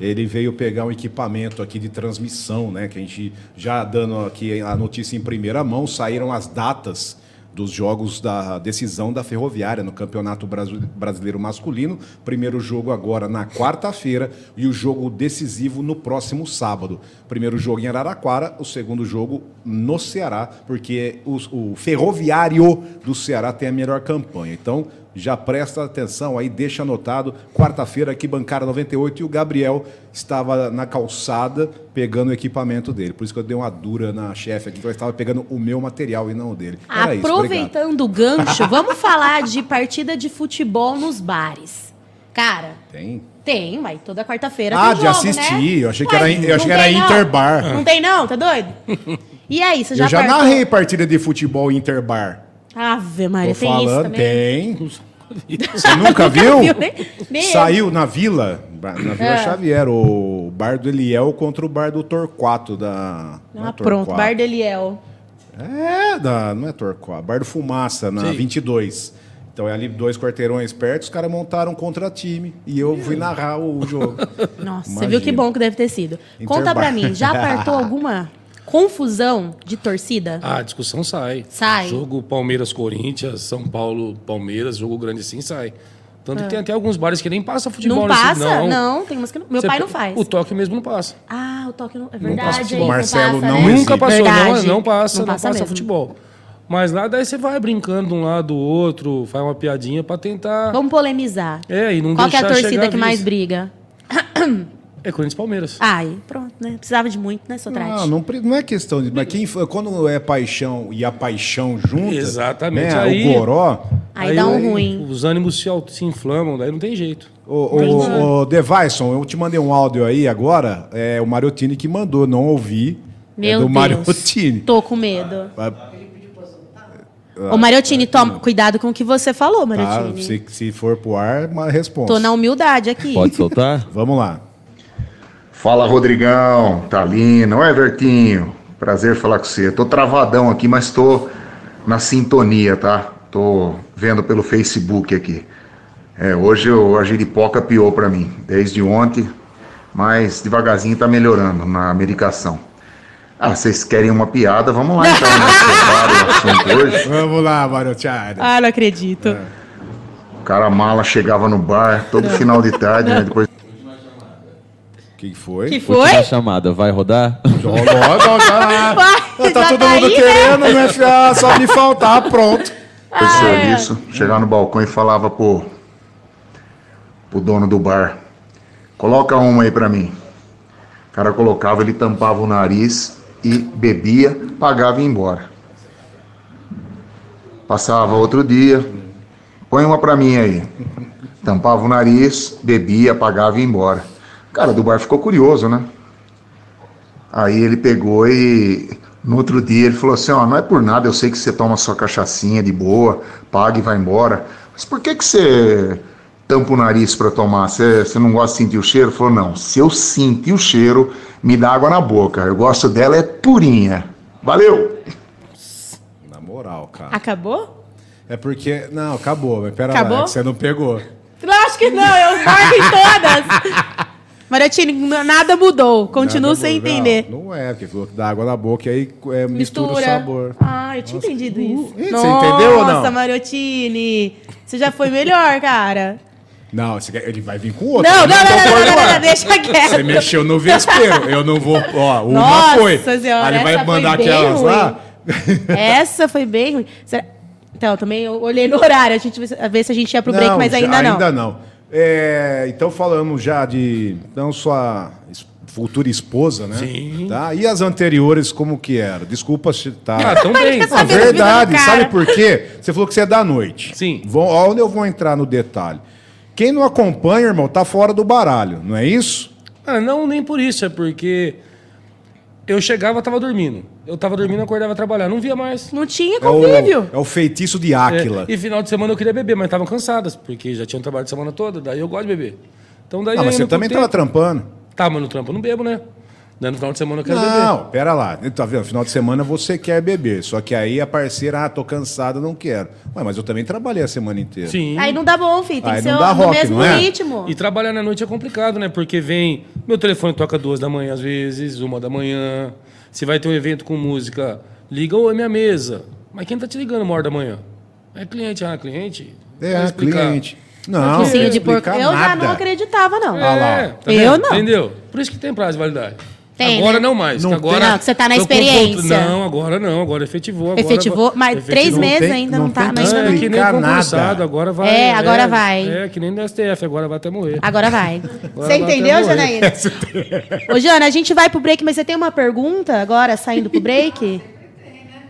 Speaker 2: ele veio pegar um equipamento aqui de transmissão, né? Que a gente, já dando aqui a notícia em primeira mão, saíram as datas dos jogos da decisão da Ferroviária no Campeonato Brasil- Brasileiro Masculino. Primeiro jogo agora na quarta-feira e o jogo decisivo no próximo sábado. Primeiro jogo em Araraquara, o segundo jogo no Ceará, porque os- o Ferroviário do Ceará tem a melhor campanha. Então, já presta atenção aí, deixa anotado. Quarta-feira aqui, bancada 98, e o Gabriel estava na calçada pegando o equipamento dele. Por isso que eu dei uma dura na chefe aqui, que ela estava pegando o meu material e não o dele. Era isso, obrigado.
Speaker 3: Aproveitando o gancho, vamos falar de partida de futebol nos bares. Cara,
Speaker 2: Tem?
Speaker 3: tem, vai, toda quarta-feira
Speaker 2: Ah,
Speaker 3: tem
Speaker 2: de
Speaker 3: jogo,
Speaker 2: assistir,
Speaker 3: né?
Speaker 2: eu achei que
Speaker 3: Ué,
Speaker 2: era in- eu
Speaker 3: não
Speaker 2: achei que era
Speaker 3: tem, não.
Speaker 2: interbar.
Speaker 3: Não tem não, tá doido? E aí, você já
Speaker 2: eu já
Speaker 3: partou?
Speaker 2: narrei partida de futebol interbar.
Speaker 3: Ave Maria,
Speaker 2: Tô
Speaker 3: Ah, tem isso
Speaker 2: falando,
Speaker 3: também. né?
Speaker 2: tem. Você
Speaker 3: <laughs>
Speaker 2: nunca viu?
Speaker 3: viu, né? Ah. nem- nem eu.
Speaker 2: Saiu na Vila, ba- na Vila Xavier, o bar do Eliel contra o bar do Torquato da. não é
Speaker 3: Ah, pronto,
Speaker 2: Torquato.
Speaker 3: Bar do Eliel.
Speaker 2: É, da, não é Torquato, bar do Fumaça, na
Speaker 4: Sim.
Speaker 2: 22. Então é ali dois quarteirões perto, os caras montaram um contra-time e eu fui narrar o
Speaker 3: <laughs>
Speaker 2: jogo.
Speaker 3: Nossa, você
Speaker 2: Imagina.
Speaker 3: viu que bom que deve ter sido.
Speaker 2: Interbar.
Speaker 3: Conta pra mim, já
Speaker 2: <laughs>
Speaker 3: apartou alguma confusão de torcida?
Speaker 4: Ah, a discussão sai.
Speaker 3: Sai.
Speaker 4: Jogo Palmeiras-Corinthians, São Paulo-Palmeiras, jogo grande assim, sai. Tanto que tem até alguns bares que nem passa futebol
Speaker 3: não
Speaker 4: nesse-
Speaker 3: passa? Não. tem umas que não. Meu
Speaker 4: Você
Speaker 3: pai
Speaker 4: pe-
Speaker 3: não faz.
Speaker 4: O toque mesmo não passa.
Speaker 3: Ah, o toque não. É
Speaker 4: passa
Speaker 3: verdade,
Speaker 4: futebol.
Speaker 3: aí,
Speaker 2: Marcelo,
Speaker 3: passa,
Speaker 2: não
Speaker 3: né?
Speaker 4: Nunca passou, não,
Speaker 3: Verdade.
Speaker 4: não passa, não passa,
Speaker 3: mesmo.
Speaker 4: futebol. Mas lá daí você vai brincando de um lado do outro, faz uma piadinha pra tentar.
Speaker 3: Vamos polemizar.
Speaker 4: É, e não
Speaker 3: Qual que é a
Speaker 4: deixar chegar
Speaker 3: torcida que
Speaker 4: vice.
Speaker 3: mais briga?
Speaker 4: É Corinthians e Palmeiras.
Speaker 3: Ai, pronto, né? Precisava de muito, né, Sotrate?
Speaker 2: Não, não, pre- não é questão de. Mas quem, fa- quando é paixão e a paixão junta.
Speaker 4: Exatamente,
Speaker 2: né,
Speaker 4: aí-
Speaker 2: o goró.
Speaker 3: Aí dá um ruim.
Speaker 4: Os ânimos se, al- se inflamam, daí não
Speaker 3: <laughs>
Speaker 4: tem jeito.
Speaker 2: Ô,
Speaker 3: é.
Speaker 2: ô, ô, Devaison, eu te mandei um áudio aí agora. É o Mariotini que mandou, não ouvi. é
Speaker 3: Meu
Speaker 2: do
Speaker 3: Deus.
Speaker 2: Mariotini.
Speaker 3: Tô com medo.
Speaker 2: Ah,
Speaker 3: Ô, Mariotini, toma cuidado com o que você falou,
Speaker 2: tá,
Speaker 3: Mariotini.
Speaker 2: se, se for pro ar, uma resposta.
Speaker 3: Tô na humildade aqui.
Speaker 1: Pode soltar?
Speaker 2: Vamos lá.
Speaker 5: Fala Rodrigão, Talina, oi Vertinho, prazer falar com você. Tô travadão aqui, mas tô na sintonia, tá? Tô vendo pelo Facebook aqui. É, hoje o- a giripoca piou pra mim, desde ontem, mas devagarzinho tá melhorando na medicação. Ah, vocês querem uma piada? Vamos lá então, né? Vocês erraram o assunto hoje.
Speaker 2: Vamos lá, Mariotini.
Speaker 3: Ah, não acredito.
Speaker 2: É.
Speaker 5: O cara mala chegava no bar todo final de tarde, né? Depois
Speaker 2: O que que foi?
Speaker 3: Que foi?
Speaker 1: Última chamada, vai rodar?
Speaker 2: Ó, ó, ó, já-
Speaker 3: <laughs> Uai,
Speaker 2: tá
Speaker 3: já
Speaker 2: todo mundo
Speaker 3: tá aí, né?
Speaker 2: querendo, né? Ah, Só me faltar, pronto.
Speaker 5: do serviço, chegava no balcão e falava pro, pro dono do bar: coloca uma aí pra mim. O cara colocava, ele tampava o nariz e bebia, pagava e ia embora. Passava outro dia, põe uma pra mim aí. Tampava o nariz, bebia, pagava e ia embora. O cara do bar ficou curioso, né? Aí ele pegou e no outro dia ele falou assim: Ó, não é por nada, eu sei que você toma sua cachaçinha de boa, paga e vai embora, mas por que, que você tampa o nariz para tomar? Você, você não gosta de sentir o cheiro? Ele falou: Não, se eu sentir o cheiro, me dá água na boca, eu gosto dela, é purinha. Valeu!
Speaker 2: Na moral, cara.
Speaker 3: Acabou?
Speaker 2: É porque. Não, acabou, mas pera lá,
Speaker 3: Acabou?
Speaker 2: é que você não pegou.
Speaker 3: <laughs> Lógico que não, eu marco em todas. Maratini, n- nada mudou. Continuo
Speaker 2: Nada
Speaker 3: sem
Speaker 2: muda.
Speaker 3: entender.
Speaker 2: Não, não é, porque falou que dá água na boca e aí é, mistura, o sabor.
Speaker 3: Ah, eu tinha entendido isso.
Speaker 2: Ih, você entendeu ou não?
Speaker 3: Nossa, Marotini. Você já foi melhor, cara.
Speaker 2: Não, esse- ele vai vir com outro.
Speaker 3: não,
Speaker 2: Eu
Speaker 3: não,
Speaker 2: tô
Speaker 3: não, não, não, não, não,
Speaker 2: perdoando.
Speaker 3: não, deixa quieto.
Speaker 2: Você mexeu no vespeiro. Eu não vou. Ó, uma
Speaker 3: Nossa
Speaker 2: foi.
Speaker 3: Senhora,
Speaker 2: Aí ele
Speaker 3: essa
Speaker 2: vai mandar
Speaker 3: foi bem
Speaker 2: aquelas lá.
Speaker 3: Essa foi bem ruim. Será- Então, também eu olhei no horário, a gente vai ver se a gente ia pro break, mas
Speaker 2: já-
Speaker 3: ainda não.
Speaker 2: Ainda não. É, então falamos já de não sua es- futura esposa, né?
Speaker 4: Sim.
Speaker 2: Tá? E as anteriores, como que era? Desculpa citar.
Speaker 4: Ah, tão bem.
Speaker 3: quer
Speaker 2: Na
Speaker 3: saber da vida do
Speaker 2: verdade,
Speaker 3: cara.
Speaker 2: sabe por quê? Você falou que você é da noite.
Speaker 4: Sim.
Speaker 2: Vão, onde eu vou entrar no detalhe? Quem não acompanha, irmão, tá fora do baralho, não é isso?
Speaker 4: Ah, não, nem por isso. É porque eu chegava, tava dormindo. Eu tava dormindo, acordava a trabalhar. Não via mais.
Speaker 3: Não tinha
Speaker 2: É o,
Speaker 3: convívio.
Speaker 2: é o feitiço de
Speaker 4: É,
Speaker 2: Áquila.
Speaker 4: e final de semana eu queria beber, mas estavam cansadas, porque já tinham trabalho de semana toda, daí eu gosto de beber. Então daí
Speaker 2: Ah, mas
Speaker 4: ainda
Speaker 2: você também
Speaker 4: curtei.
Speaker 2: tava trampando.
Speaker 4: Tá, mas no trampo eu não bebo, né? Daí no final de semana eu quero beber.
Speaker 2: Não, pera lá. Tá vendo? Final de semana você quer beber. Só que aí a parceira, ah, tô cansada, não quero. Ué, mas eu também trabalhei a semana inteira.
Speaker 4: Sim.
Speaker 3: Aí não dá bom, filho. Tem
Speaker 2: Aí
Speaker 3: que ser
Speaker 2: não dá
Speaker 3: no
Speaker 2: rock,
Speaker 3: mesmo
Speaker 2: não é?
Speaker 3: ritmo.
Speaker 4: E trabalhar na noite é complicado, né? Porque vem. Meu telefone toca duas da manhã às vezes, uma da manhã. Se vai ter um evento com música, liga ou é minha mesa. Mas quem tá te ligando uma hora da manhã? É cliente, ah, cliente.
Speaker 2: É,
Speaker 4: Vai explicar.
Speaker 2: cliente. Não,
Speaker 3: Focinho
Speaker 2: não
Speaker 3: de
Speaker 2: explicar
Speaker 3: porco. Eu já
Speaker 2: nada.
Speaker 3: não acreditava, não.
Speaker 2: Ah lá.
Speaker 4: É, tá
Speaker 3: Eu
Speaker 4: vendo?
Speaker 3: não.
Speaker 4: Entendeu? Por isso que tem prazo de validade.
Speaker 3: Tem,
Speaker 4: agora
Speaker 3: né?
Speaker 4: não mais.
Speaker 2: Não
Speaker 4: que
Speaker 2: tem.
Speaker 4: agora
Speaker 3: Não, que você tá na
Speaker 4: eu compro outro-
Speaker 3: experiência.
Speaker 4: Não, agora não. Agora efetivou. Agora
Speaker 3: Efetivou, mas três
Speaker 4: efetivou.
Speaker 3: meses
Speaker 2: tem-
Speaker 3: ainda
Speaker 2: não
Speaker 3: não, tá.
Speaker 2: tem
Speaker 3: Não
Speaker 2: que
Speaker 3: ainda
Speaker 4: É,
Speaker 3: não-
Speaker 4: que nem
Speaker 2: explicar
Speaker 4: concursado,
Speaker 2: nada.
Speaker 4: agora vai.
Speaker 3: É, agora vai.
Speaker 4: É, que nem do STF, agora vai até morrer.
Speaker 3: Agora vai.
Speaker 4: Agora
Speaker 3: você
Speaker 4: vai até
Speaker 2: um
Speaker 3: entendeu,
Speaker 4: morrer.
Speaker 3: Janaína? Ô, Jana, a gente vai pro break, mas você tem uma pergunta agora, saindo pro <laughs> break?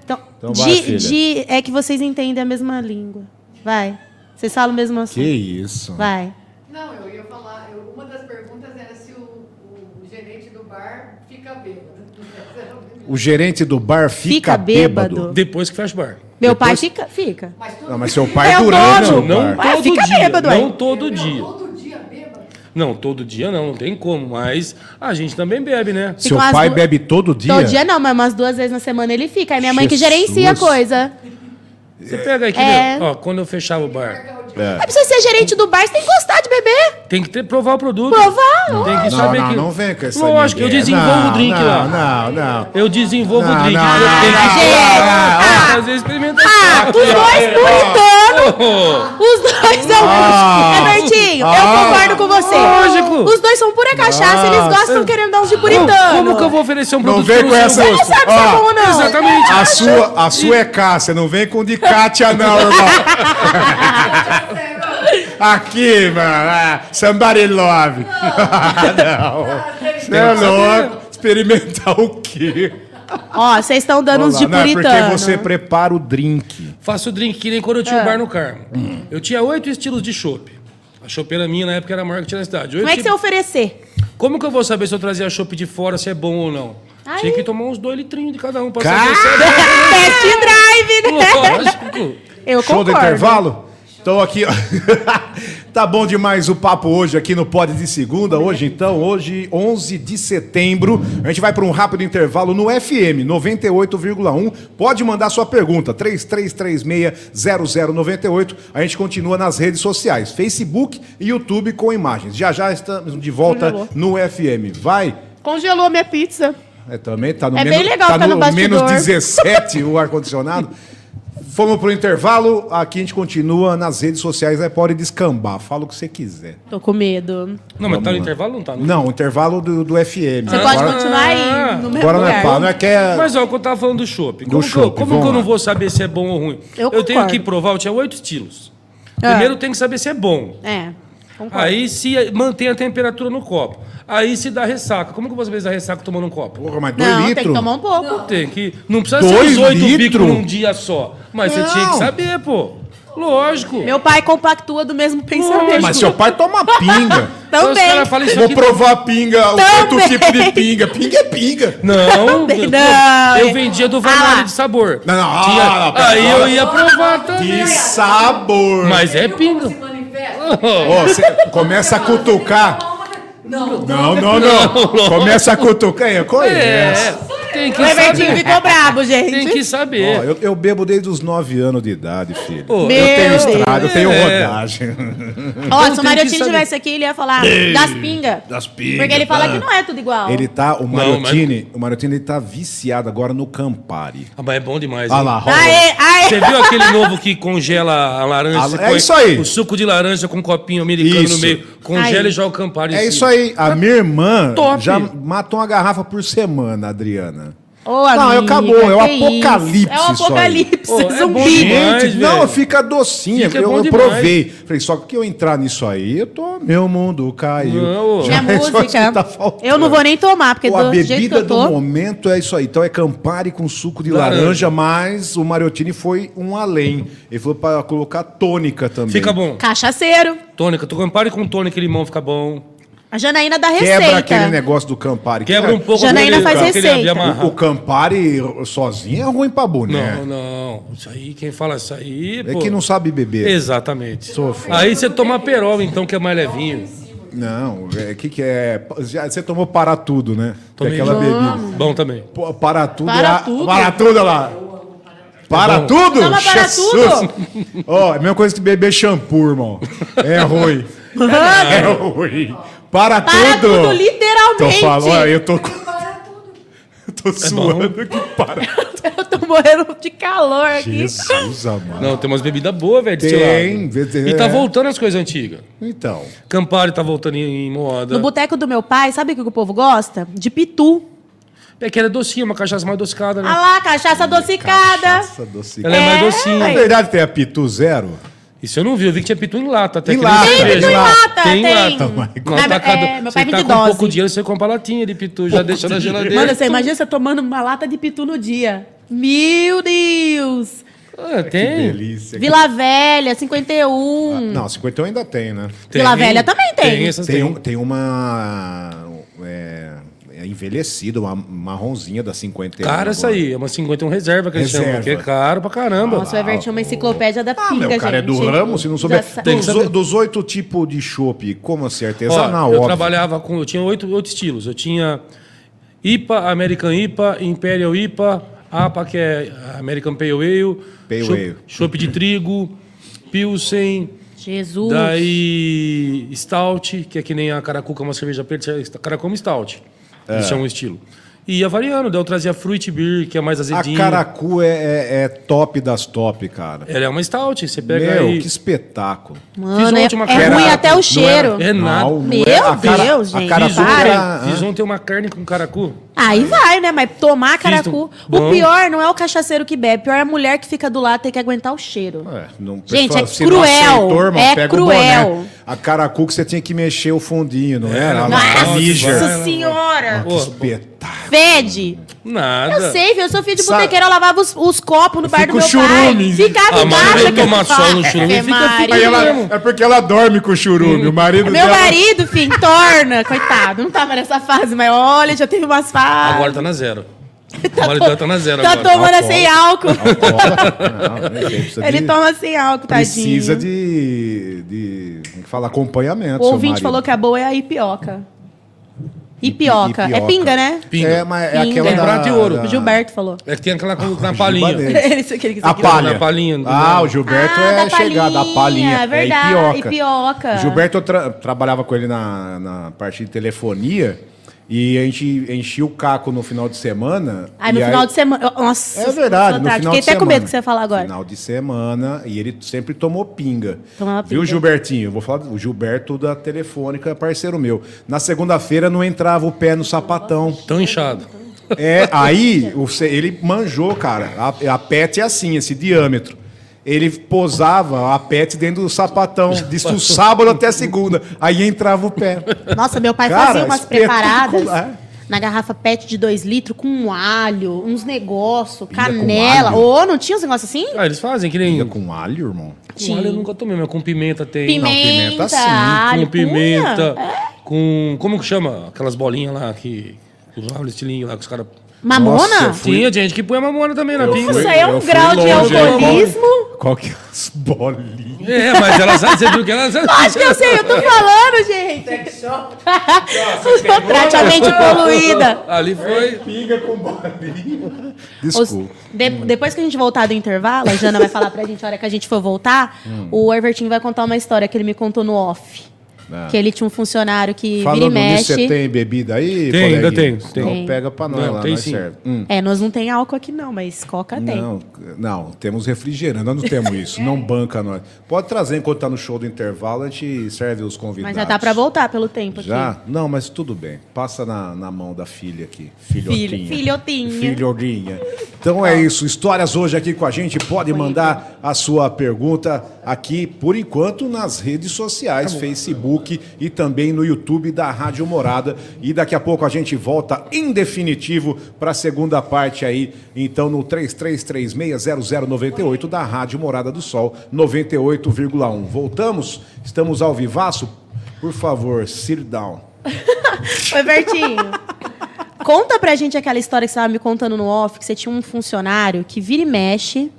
Speaker 3: Então,
Speaker 2: Então
Speaker 3: de,
Speaker 2: vai, filha.
Speaker 3: de- é que vocês entendem a mesma língua. Vai. Vocês falam o mesmo assunto.
Speaker 2: <laughs> Que isso.
Speaker 3: Vai.
Speaker 6: Não, eu ia falar, eu- uma das perguntas era se o, o gerente do bar fica bêbado. <laughs>
Speaker 2: O gerente do bar fica,
Speaker 3: Fica
Speaker 2: bêbado.
Speaker 3: bêbado.
Speaker 4: Depois que fecha o bar.
Speaker 3: Meu pai fica. fica.
Speaker 6: Mas tudo
Speaker 2: Não, mas seu pai
Speaker 3: É o
Speaker 2: durante
Speaker 3: dono.
Speaker 2: o
Speaker 4: Não
Speaker 2: bar.
Speaker 3: Ah,
Speaker 4: todo
Speaker 3: fica
Speaker 4: dia.
Speaker 3: bêbado,
Speaker 4: não
Speaker 3: aí.
Speaker 4: todo dia.
Speaker 6: todo dia bêbado.
Speaker 4: Não, todo dia não, não tem como. Mas a gente também bebe, né?
Speaker 2: Seu
Speaker 3: umas
Speaker 2: pai
Speaker 3: du-
Speaker 2: bebe todo dia?
Speaker 3: Todo dia não, mas umas duas vezes na semana ele fica. Aí minha mãe que
Speaker 2: Jesus.
Speaker 3: gerencia a coisa.
Speaker 4: Você pega aqui,
Speaker 3: É.
Speaker 4: meu, ó, quando eu fechava o bar,
Speaker 3: Mas pra você ser gerente do bar, você tem que gostar de beber.
Speaker 4: tem que ter, provar o produto.
Speaker 3: Provar,
Speaker 4: Tem que
Speaker 2: Não,
Speaker 4: saber
Speaker 2: não,
Speaker 4: que...
Speaker 2: não vem com essa
Speaker 4: Lógico, eu
Speaker 2: migué.
Speaker 4: desenvolvo o
Speaker 2: Não,
Speaker 4: drink
Speaker 2: não,
Speaker 4: lá.
Speaker 2: Não, não.
Speaker 4: Eu desenvolvo
Speaker 2: Não,
Speaker 4: o drink.
Speaker 2: não,
Speaker 3: Ah,
Speaker 4: eu
Speaker 2: não, Ah,
Speaker 4: tenho que
Speaker 3: não,
Speaker 4: experimentar,
Speaker 3: não,
Speaker 4: eu
Speaker 3: não.
Speaker 4: fazer experimentação.
Speaker 3: Ah, os dois puritano. Os dois são.
Speaker 2: Ah.
Speaker 3: é Bertinho,
Speaker 2: Ah.
Speaker 3: eu concordo com você.
Speaker 4: Lógico.
Speaker 3: Os dois são pura cachaça, eles gostam querendo dar uns de
Speaker 4: Não,
Speaker 3: puritano.
Speaker 4: Como que eu vou oferecer um
Speaker 2: Não
Speaker 4: produto
Speaker 2: vem
Speaker 4: que eu
Speaker 2: com
Speaker 4: sei o
Speaker 2: essa-
Speaker 4: gosto?
Speaker 3: Você não sabe se é
Speaker 2: Ó,
Speaker 3: bom ou não.
Speaker 2: tá-
Speaker 4: Exatamente.
Speaker 2: A sua, a sua é Cássia, não vem com de Kátia, não, irmão. Aqui, mano. ah, Somebody love.
Speaker 3: <laughs>
Speaker 2: não. Você é louco. Experimentar o quê?
Speaker 3: Ó, vocês estão dando uns de
Speaker 2: Não, é
Speaker 3: puritano.
Speaker 2: porque você prepara o drink.
Speaker 4: Faço drink que nem quando eu
Speaker 3: Ah.
Speaker 4: tinha o bar no Carmo. Eu tinha oito estilos de chopp. A chopeira minha na época era a maior que tinha na cidade.
Speaker 3: Como é que você ia
Speaker 4: Oito-
Speaker 3: oferecer? <laughs>
Speaker 4: Como que eu vou saber se eu trazia chopp de fora, se é bom ou não?
Speaker 3: Aí.
Speaker 4: Tinha que tomar uns dois litrinhos de cada um pra
Speaker 2: Cara!
Speaker 4: saber se é
Speaker 3: Test drive, né?
Speaker 4: Lógico.
Speaker 3: Eu
Speaker 2: Show do
Speaker 3: concordo.
Speaker 2: intervalo? Então aqui, ó. <laughs> tá bom demais o papo hoje aqui no Pod de Segunda. Hoje então, hoje 11 de setembro, a gente vai para um rápido intervalo no FM 98,1. Pode mandar sua pergunta 33360098. A gente continua nas redes sociais, Facebook e YouTube com imagens. Já já estamos de volta
Speaker 3: Congelou.
Speaker 2: no FM. Vai.
Speaker 3: Congelou minha pizza.
Speaker 2: É, também tá no
Speaker 3: É
Speaker 2: menos,
Speaker 3: bem legal
Speaker 2: tá
Speaker 3: ficar
Speaker 2: no
Speaker 3: no bastidor.
Speaker 2: menos 17 o
Speaker 3: <laughs>
Speaker 2: ar-condicionado. Fomos pro intervalo, aqui a gente continua nas redes sociais, aí pode descambar, fala o que você quiser.
Speaker 3: Tô com medo.
Speaker 4: Não, mas tá no
Speaker 2: lá.
Speaker 4: intervalo não tá?
Speaker 2: Não, o intervalo do, do FM.
Speaker 3: Você pode continuar aí no mesmo
Speaker 2: Ah, agora não
Speaker 3: lugar.
Speaker 2: é pá, não é que é...
Speaker 4: Mas ó, o que eu tava falando do chopp. Como, que, eu,
Speaker 2: chopp,
Speaker 4: como
Speaker 2: vamos
Speaker 4: que eu não
Speaker 2: lá.
Speaker 4: vou saber se é bom ou ruim?
Speaker 3: Eu
Speaker 4: tenho
Speaker 3: concordo.
Speaker 4: que provar, eu tinha oito estilos.
Speaker 3: Ah.
Speaker 4: Primeiro eu tenho que saber se é bom.
Speaker 3: É, concordo.
Speaker 4: Aí se é, mantém a temperatura no copo. Aí se dá ressaca. Como que eu vou saber se dá ressaca tomando um copo?
Speaker 2: Porra, mas Ah, dois
Speaker 3: não, tem que
Speaker 2: litros?
Speaker 3: tomar um pouco.
Speaker 4: Tem que. Não precisa
Speaker 2: Dois
Speaker 4: ser os oito
Speaker 2: litros?
Speaker 4: bicos num dia só. Mas
Speaker 2: Não.
Speaker 4: você tinha que saber, pô. Lógico.
Speaker 3: Meu pai compactua do mesmo pensamento.
Speaker 2: Mas seu pai toma pinga.
Speaker 3: <laughs>
Speaker 4: Então Os
Speaker 3: Também.
Speaker 4: caras falam isso
Speaker 2: Vou
Speaker 4: aqui.
Speaker 2: provar a pinga, o outro
Speaker 3: Também.
Speaker 2: tipo de pinga. Pinga é pinga.
Speaker 4: Não,
Speaker 3: Também
Speaker 4: eu-
Speaker 3: não.
Speaker 4: eu vendia do
Speaker 3: Ah lá.
Speaker 4: Vanari de sabor.
Speaker 2: Não, não, ah,
Speaker 4: Tinha-
Speaker 2: não, pera,
Speaker 4: aí eu
Speaker 2: agora-
Speaker 4: ia provar também.
Speaker 2: Que sabor.
Speaker 4: Mas é
Speaker 6: Viu como
Speaker 4: pinga.
Speaker 6: se manifesta?
Speaker 2: Ó, você começa a cutucar.
Speaker 6: Não,
Speaker 2: Não, não, não. Começa a cutucar. aí, Qual é?
Speaker 4: É,
Speaker 2: essa?
Speaker 4: Tem que
Speaker 3: O Evertinho
Speaker 4: saber.
Speaker 3: ficou brabo, gente.
Speaker 4: Tem que
Speaker 2: Ó,
Speaker 4: saber.
Speaker 2: eu, eu bebo desde os 9 anos de idade, filho.
Speaker 4: Pô,
Speaker 3: Meu
Speaker 2: eu tenho
Speaker 3: Deus.
Speaker 2: estrada, eu tenho
Speaker 4: É.
Speaker 2: rodagem.
Speaker 3: Ó,
Speaker 4: Então
Speaker 3: se o
Speaker 4: tem
Speaker 3: Mario
Speaker 4: que
Speaker 3: Tini
Speaker 4: saber.
Speaker 3: tivesse aqui, ele ia falar das pingas.
Speaker 2: Das pingas,
Speaker 3: Porque ele fala
Speaker 2: tá.
Speaker 3: que não é tudo igual.
Speaker 2: Ele tá, o
Speaker 4: mas-
Speaker 2: Mariotini, o Mariotini ele tá viciado agora no Campari.
Speaker 4: Ah, mas é bom demais.
Speaker 2: Olha
Speaker 4: hein?
Speaker 2: lá, rola.
Speaker 3: Aê, aê!
Speaker 4: Você viu aquele novo que congela a laranja?
Speaker 2: A-
Speaker 4: Você
Speaker 2: é
Speaker 4: põe
Speaker 2: isso aí.
Speaker 4: O suco de laranja com um copinho americano
Speaker 2: Isso.
Speaker 4: no meio. Congela
Speaker 3: Aí.
Speaker 4: e joga o Campari em
Speaker 2: É
Speaker 4: cima.
Speaker 2: isso aí. A minha irmã
Speaker 4: top.
Speaker 2: já matou uma garrafa por semana, Adriana.
Speaker 3: Ô,
Speaker 2: Não,
Speaker 3: amiga,
Speaker 2: acabou, é o
Speaker 3: que isso.
Speaker 2: apocalipse
Speaker 3: É o
Speaker 2: isso aí.
Speaker 3: apocalipse,
Speaker 4: Pô, é bom
Speaker 3: zumbi.
Speaker 4: demais.
Speaker 2: Gente, não,
Speaker 4: velho.
Speaker 2: fica docinha.
Speaker 4: Fica
Speaker 2: eu
Speaker 4: bom
Speaker 2: eu
Speaker 4: demais.
Speaker 2: provei. Falei, só que eu entrar nisso aí, eu tô. Meu mundo caiu.
Speaker 4: Não,
Speaker 2: Já
Speaker 3: Minha
Speaker 2: <laughs> é só isso que
Speaker 3: música.
Speaker 2: tá faltando.
Speaker 3: eu não vou nem tomar, porque
Speaker 2: Pô, a
Speaker 3: do jeito que
Speaker 2: bebida
Speaker 3: eu
Speaker 2: do
Speaker 3: tô.
Speaker 2: momento é isso aí. Então é Campari com suco de laranja,
Speaker 4: Laranja.
Speaker 2: mas o Mariotini foi um além. Ele falou pra colocar tônica também.
Speaker 4: Fica bom.
Speaker 3: Cachaceiro.
Speaker 4: Tônica, tu Campari com tônica e limão fica bom.
Speaker 3: A Janaína dá receita.
Speaker 2: Quebra aquele negócio do Campari.
Speaker 3: <laughs>
Speaker 4: Quebra um pouco
Speaker 3: Janaína
Speaker 4: aquele-
Speaker 3: faz
Speaker 4: aquele
Speaker 3: receita.
Speaker 4: avião amarrado.
Speaker 2: O, o Campari sozinho é ruim pra boné.
Speaker 4: Não, não. Isso aí, quem fala isso aí.
Speaker 2: é
Speaker 4: pô.
Speaker 2: que não sabe beber.
Speaker 4: Exatamente.
Speaker 2: Sofre.
Speaker 4: Aí você toma perol, então, que é mais levinho.
Speaker 2: Não, o que, que é? Já- você tomou para tudo, né? Que é
Speaker 4: Tomei.
Speaker 2: aquela bebida.
Speaker 4: Bom também.
Speaker 2: Pô, Para tudo.
Speaker 3: Para
Speaker 2: é a-
Speaker 3: tudo.
Speaker 2: Para tudo, olha lá. Para tudo?
Speaker 3: Toma para
Speaker 2: tudo? Ó, é a mesma coisa que beber shampoo, irmão. É ruim.
Speaker 3: <laughs> Mano,
Speaker 2: É ruim. Para,
Speaker 3: Para
Speaker 2: tudo.
Speaker 3: tudo, literalmente.
Speaker 2: Tô falando, olha, eu tô, com-
Speaker 6: Para tudo.
Speaker 2: eu <laughs> tô suando aqui. Para.
Speaker 3: eu tô morrendo de calor <laughs> aqui.
Speaker 2: Jesus, amado.
Speaker 4: Não, tem umas bebidas boas, velho. de
Speaker 2: Tem,
Speaker 4: seu lado.
Speaker 2: tem,
Speaker 4: E
Speaker 2: é.
Speaker 4: tá voltando as coisas antigas.
Speaker 2: Então,
Speaker 4: Campari tá voltando em em moda.
Speaker 3: No boteco do meu pai, sabe o que o povo gosta? De pitu.
Speaker 4: É que ela é docinha, uma cachaça mais adocicada,
Speaker 2: Hum.
Speaker 4: né?
Speaker 3: Ah lá, cachaça adocicada.
Speaker 2: essa doce.
Speaker 4: Ela é, mais
Speaker 3: É,
Speaker 2: Na
Speaker 4: docinha.
Speaker 2: verdade, tem a Pitu Zero.
Speaker 4: Isso eu não vi, eu vi que tinha pitu em lata. Até
Speaker 2: Em
Speaker 4: que
Speaker 2: lata.
Speaker 4: nem
Speaker 2: Tem
Speaker 4: cerveja.
Speaker 2: pitu em
Speaker 3: lata,
Speaker 4: Tem,
Speaker 3: tem.
Speaker 4: lata.
Speaker 3: Mas,
Speaker 4: No atacado,
Speaker 3: é, meu pai
Speaker 4: você
Speaker 3: vende
Speaker 4: tá com
Speaker 3: dose.
Speaker 4: pouco dinheiro, você compra latinha de pitu, já deixa na geladeira.
Speaker 3: Mano, você imagina você tomando uma lata de pitu no dia. Meu Deus!
Speaker 4: Ah,
Speaker 2: Que
Speaker 4: tem.
Speaker 2: delícia.
Speaker 3: Vila Velha, 51.
Speaker 2: Não, 51 ainda tem, né?
Speaker 4: Tem.
Speaker 3: Vila Velha também tem.
Speaker 4: essas
Speaker 2: Tem,
Speaker 4: tem.
Speaker 2: um- tem uma. É, é envelhecida, uma marronzinha da 51.
Speaker 4: Cara, essa aí, é uma 51 reserva que eles
Speaker 2: Reserva.
Speaker 4: chamam, que é caro pra caramba.
Speaker 3: Nossa, o Everton é uma enciclopédia da
Speaker 2: Ah,
Speaker 3: pinga,
Speaker 2: meu, o cara é do
Speaker 3: gente.
Speaker 2: ramo, se não souber.
Speaker 3: Da sa-
Speaker 4: Tem que
Speaker 2: Dos,
Speaker 4: saber.
Speaker 2: dos oito tipos de chopp, como assim?
Speaker 4: Ó,
Speaker 2: Artesanal,
Speaker 4: eu
Speaker 2: óbvio.
Speaker 4: trabalhava com. Eu tinha oito, oito estilos. Eu tinha IPA, American IPA, Imperial IPA, APA, que é American Pale Ale,
Speaker 2: Pale
Speaker 4: chopp-
Speaker 2: Ale.
Speaker 4: chopp de trigo, Pilsen,
Speaker 3: Jesus.
Speaker 4: daí Stout, que é que nem a Caracuca, uma cerveja preta, Caracuca é uma Stout.
Speaker 2: É.
Speaker 4: Eles chamam o estilo. E ia variando, daí eu trazia Fruit Beer, que é mais
Speaker 2: A
Speaker 4: azedinho.
Speaker 2: Caracu é, é- é top das top, cara.
Speaker 4: Ela é uma Stout, você pega
Speaker 2: Meu,
Speaker 4: aí.
Speaker 2: que espetáculo.
Speaker 3: Mano,
Speaker 4: Fiz
Speaker 3: é,
Speaker 4: ontem uma
Speaker 3: é ruim
Speaker 4: carne.
Speaker 3: até o
Speaker 4: Não
Speaker 3: cheiro.
Speaker 4: É nada.
Speaker 2: Não, não
Speaker 3: Meu
Speaker 2: é- a cara- é
Speaker 3: Deus,
Speaker 2: a
Speaker 3: gente,
Speaker 2: Caracu
Speaker 4: Fiz ontem,
Speaker 2: era-
Speaker 4: fiz um- ontem uma carne com caracu.
Speaker 3: Aí vai, né? Mas tomar caracu.
Speaker 4: Fiz um-
Speaker 3: O
Speaker 4: Bom.
Speaker 3: pior não é o cachaceiro que bebe, o pior é a mulher que fica do lado e tem que aguentar o cheiro.
Speaker 2: É, não-
Speaker 3: Gente,
Speaker 2: pessoal,
Speaker 3: é
Speaker 2: se não
Speaker 3: cruel, é
Speaker 2: pega O
Speaker 3: cruel.
Speaker 2: boné. A Caracu que você tinha que mexer o fundinho, não era? A- a
Speaker 4: É, Nossa,
Speaker 2: Níger.
Speaker 3: Nossa senhora!
Speaker 2: Que espetáculo.
Speaker 3: Fede!
Speaker 4: Nada.
Speaker 3: Eu sei, viu? Eu sou filho de
Speaker 2: Sabe-
Speaker 3: botequeiro, eu lavava os, os copos no bar
Speaker 2: fico
Speaker 3: do meu
Speaker 2: churume.
Speaker 3: pai. Ficava
Speaker 4: Ah,
Speaker 3: em
Speaker 4: mas
Speaker 3: casa.
Speaker 4: vem
Speaker 3: que eu
Speaker 4: tomar
Speaker 3: falo,
Speaker 4: sol no churume,
Speaker 3: Ave
Speaker 4: fica- fica-
Speaker 3: Maria.
Speaker 2: Aí ela- é porque ela dorme com o churume. O marido
Speaker 3: É Meu
Speaker 2: dela-
Speaker 3: marido, fim, torna. Coitado, não tava nessa fase, mas olha, já teve umas fases.
Speaker 4: Agora tá
Speaker 3: <laughs>
Speaker 4: na zero. O marido tá na zero
Speaker 3: Tá
Speaker 4: agora.
Speaker 3: tomando sem álcool.
Speaker 2: Não, né, ele precisa
Speaker 3: Ele
Speaker 2: de-
Speaker 3: toma sem álcool, tadinho.
Speaker 2: Precisa de, de. Tem que falar acompanhamento.
Speaker 3: O
Speaker 2: seu
Speaker 3: ouvinte
Speaker 2: marido.
Speaker 3: falou que a boa é a ipioca. Ipioca.
Speaker 2: Ipioca.
Speaker 3: É pinga, né?
Speaker 4: Pinga.
Speaker 2: É, mas é
Speaker 3: Pinga.
Speaker 2: aquela
Speaker 3: É
Speaker 2: da.
Speaker 4: prata e ouro.
Speaker 2: da- É
Speaker 3: O Gilberto falou.
Speaker 4: É que tem aquela com, na
Speaker 2: Bandeira.
Speaker 4: palhinha.
Speaker 3: Ele <laughs> disse que ele quis
Speaker 2: A palha.
Speaker 4: Na palhinha do
Speaker 2: ah,
Speaker 4: Gilberto.
Speaker 2: o Gilberto
Speaker 3: Ah,
Speaker 2: é
Speaker 3: da
Speaker 2: chegado, a
Speaker 3: palhinha,
Speaker 2: palhinha.
Speaker 3: é verdade,
Speaker 2: É ipioca.
Speaker 3: ipioca.
Speaker 2: O Gilberto eu tra- trabalhava com ele na, na parte de telefonia e a gente enchia o caco no final de semana.
Speaker 3: Aí Ah, no
Speaker 2: e
Speaker 3: final de semana. eu- Nossa,
Speaker 2: É verdade,
Speaker 3: eu
Speaker 2: no
Speaker 3: tô
Speaker 2: final
Speaker 3: Fiquei
Speaker 2: de
Speaker 3: até
Speaker 2: semana.
Speaker 3: com medo que você ia falar agora.
Speaker 2: Final de semana, e ele sempre tomou pinga.
Speaker 3: Tomava
Speaker 2: Viu,
Speaker 3: pinga.
Speaker 2: Gilbertinho? Eu vou falar do o Gilberto da Telefônica, parceiro meu. Na segunda-feira não entrava o pé no sapatão.
Speaker 4: Tão inchado.
Speaker 2: É, aí o ce- ele manjou, cara. A, a pet é assim, esse diâmetro. Ele posava a pet dentro do sapatão, diz do sábado até segunda. Aí entrava o pé.
Speaker 3: Nossa, meu pai
Speaker 2: Cara,
Speaker 3: fazia umas
Speaker 2: espetacular.
Speaker 3: preparadas na garrafa PET de 2 litros com um alho, uns negócios,
Speaker 2: Pinga com
Speaker 3: canela.
Speaker 2: alho?
Speaker 3: Ô, não tinha uns negócios assim?
Speaker 4: Ah, eles fazem que nem...
Speaker 2: Pinga
Speaker 4: Com
Speaker 2: com alho, irmão?
Speaker 4: alho eu nunca tomei, mas com pimenta tem.
Speaker 3: Pimenta,
Speaker 2: pimenta sim, com
Speaker 3: alho,
Speaker 4: com pimenta,
Speaker 3: punha. É?
Speaker 4: com... Como que chama? Aquelas bolinhas lá que... Usava o estilinho lá que os caras...
Speaker 3: Mamona?
Speaker 2: Nossa, fui-
Speaker 4: Tinha gente que põe a mamona também na pinga.
Speaker 3: Nossa, é um
Speaker 2: eu fui
Speaker 3: grau de
Speaker 2: longe, hein?
Speaker 3: alcoolismo.
Speaker 2: Qual que é as bolinhas?
Speaker 4: É, mas ela sabe, você viu que ela
Speaker 3: <laughs>
Speaker 4: sabe.
Speaker 3: Lógico que eu sei,
Speaker 2: <laughs>
Speaker 3: eu tô falando, gente.
Speaker 6: Sex shop.
Speaker 3: Contrate
Speaker 2: <laughs>
Speaker 3: a mente
Speaker 4: <laughs>
Speaker 3: poluída.
Speaker 4: Ali foi.
Speaker 2: Pinga com bolinho.
Speaker 3: Os-
Speaker 2: Desculpa.
Speaker 3: de-
Speaker 2: Hum.
Speaker 3: depois que a gente voltar do intervalo, a Jana vai falar pra gente a hora que a gente for voltar.
Speaker 2: Hum.
Speaker 3: O Evertinho vai contar uma história que ele me contou no off.
Speaker 2: Ah.
Speaker 3: Que ele tinha um funcionário que vira e
Speaker 2: Falando nisso,
Speaker 3: mexe.
Speaker 2: você tem bebida aí?
Speaker 4: Tem, ainda
Speaker 2: coleguinha?
Speaker 4: tem, tem.
Speaker 2: Então
Speaker 3: Tem.
Speaker 2: pega pra nós
Speaker 4: Não,
Speaker 2: lá,
Speaker 4: tem
Speaker 2: nós
Speaker 4: sim.
Speaker 2: serve. Hum.
Speaker 3: É, nós não tem álcool aqui não, mas coca tem.
Speaker 2: Não, não, temos refrigerante, nós não temos isso,
Speaker 3: É.
Speaker 2: não banca nós. Pode trazer enquanto tá no show do intervalo, a gente serve os convidados.
Speaker 3: mas já tá pra voltar pelo tempo aqui.
Speaker 2: Já? Não, mas tudo bem. Passa na, na mão da filha aqui.
Speaker 3: Filho,
Speaker 2: Filhotinha.
Speaker 3: filhotinho.
Speaker 2: Filhorinha. Então é isso. Histórias hoje aqui com a gente. Pode mandar a sua pergunta aqui, por enquanto, nas redes sociais, Facebook e também no YouTube da Rádio Morada. E daqui a pouco a gente volta em definitivo para a segunda parte aí. Então no 33360098 da Rádio Morada do Sol 98,1. Voltamos? Estamos ao vivaço? Por favor, sit down. <laughs>
Speaker 3: Oi, Bertinho. Conta pra gente aquela história que você tava me contando no off, que você tinha um funcionário que vira e mexe,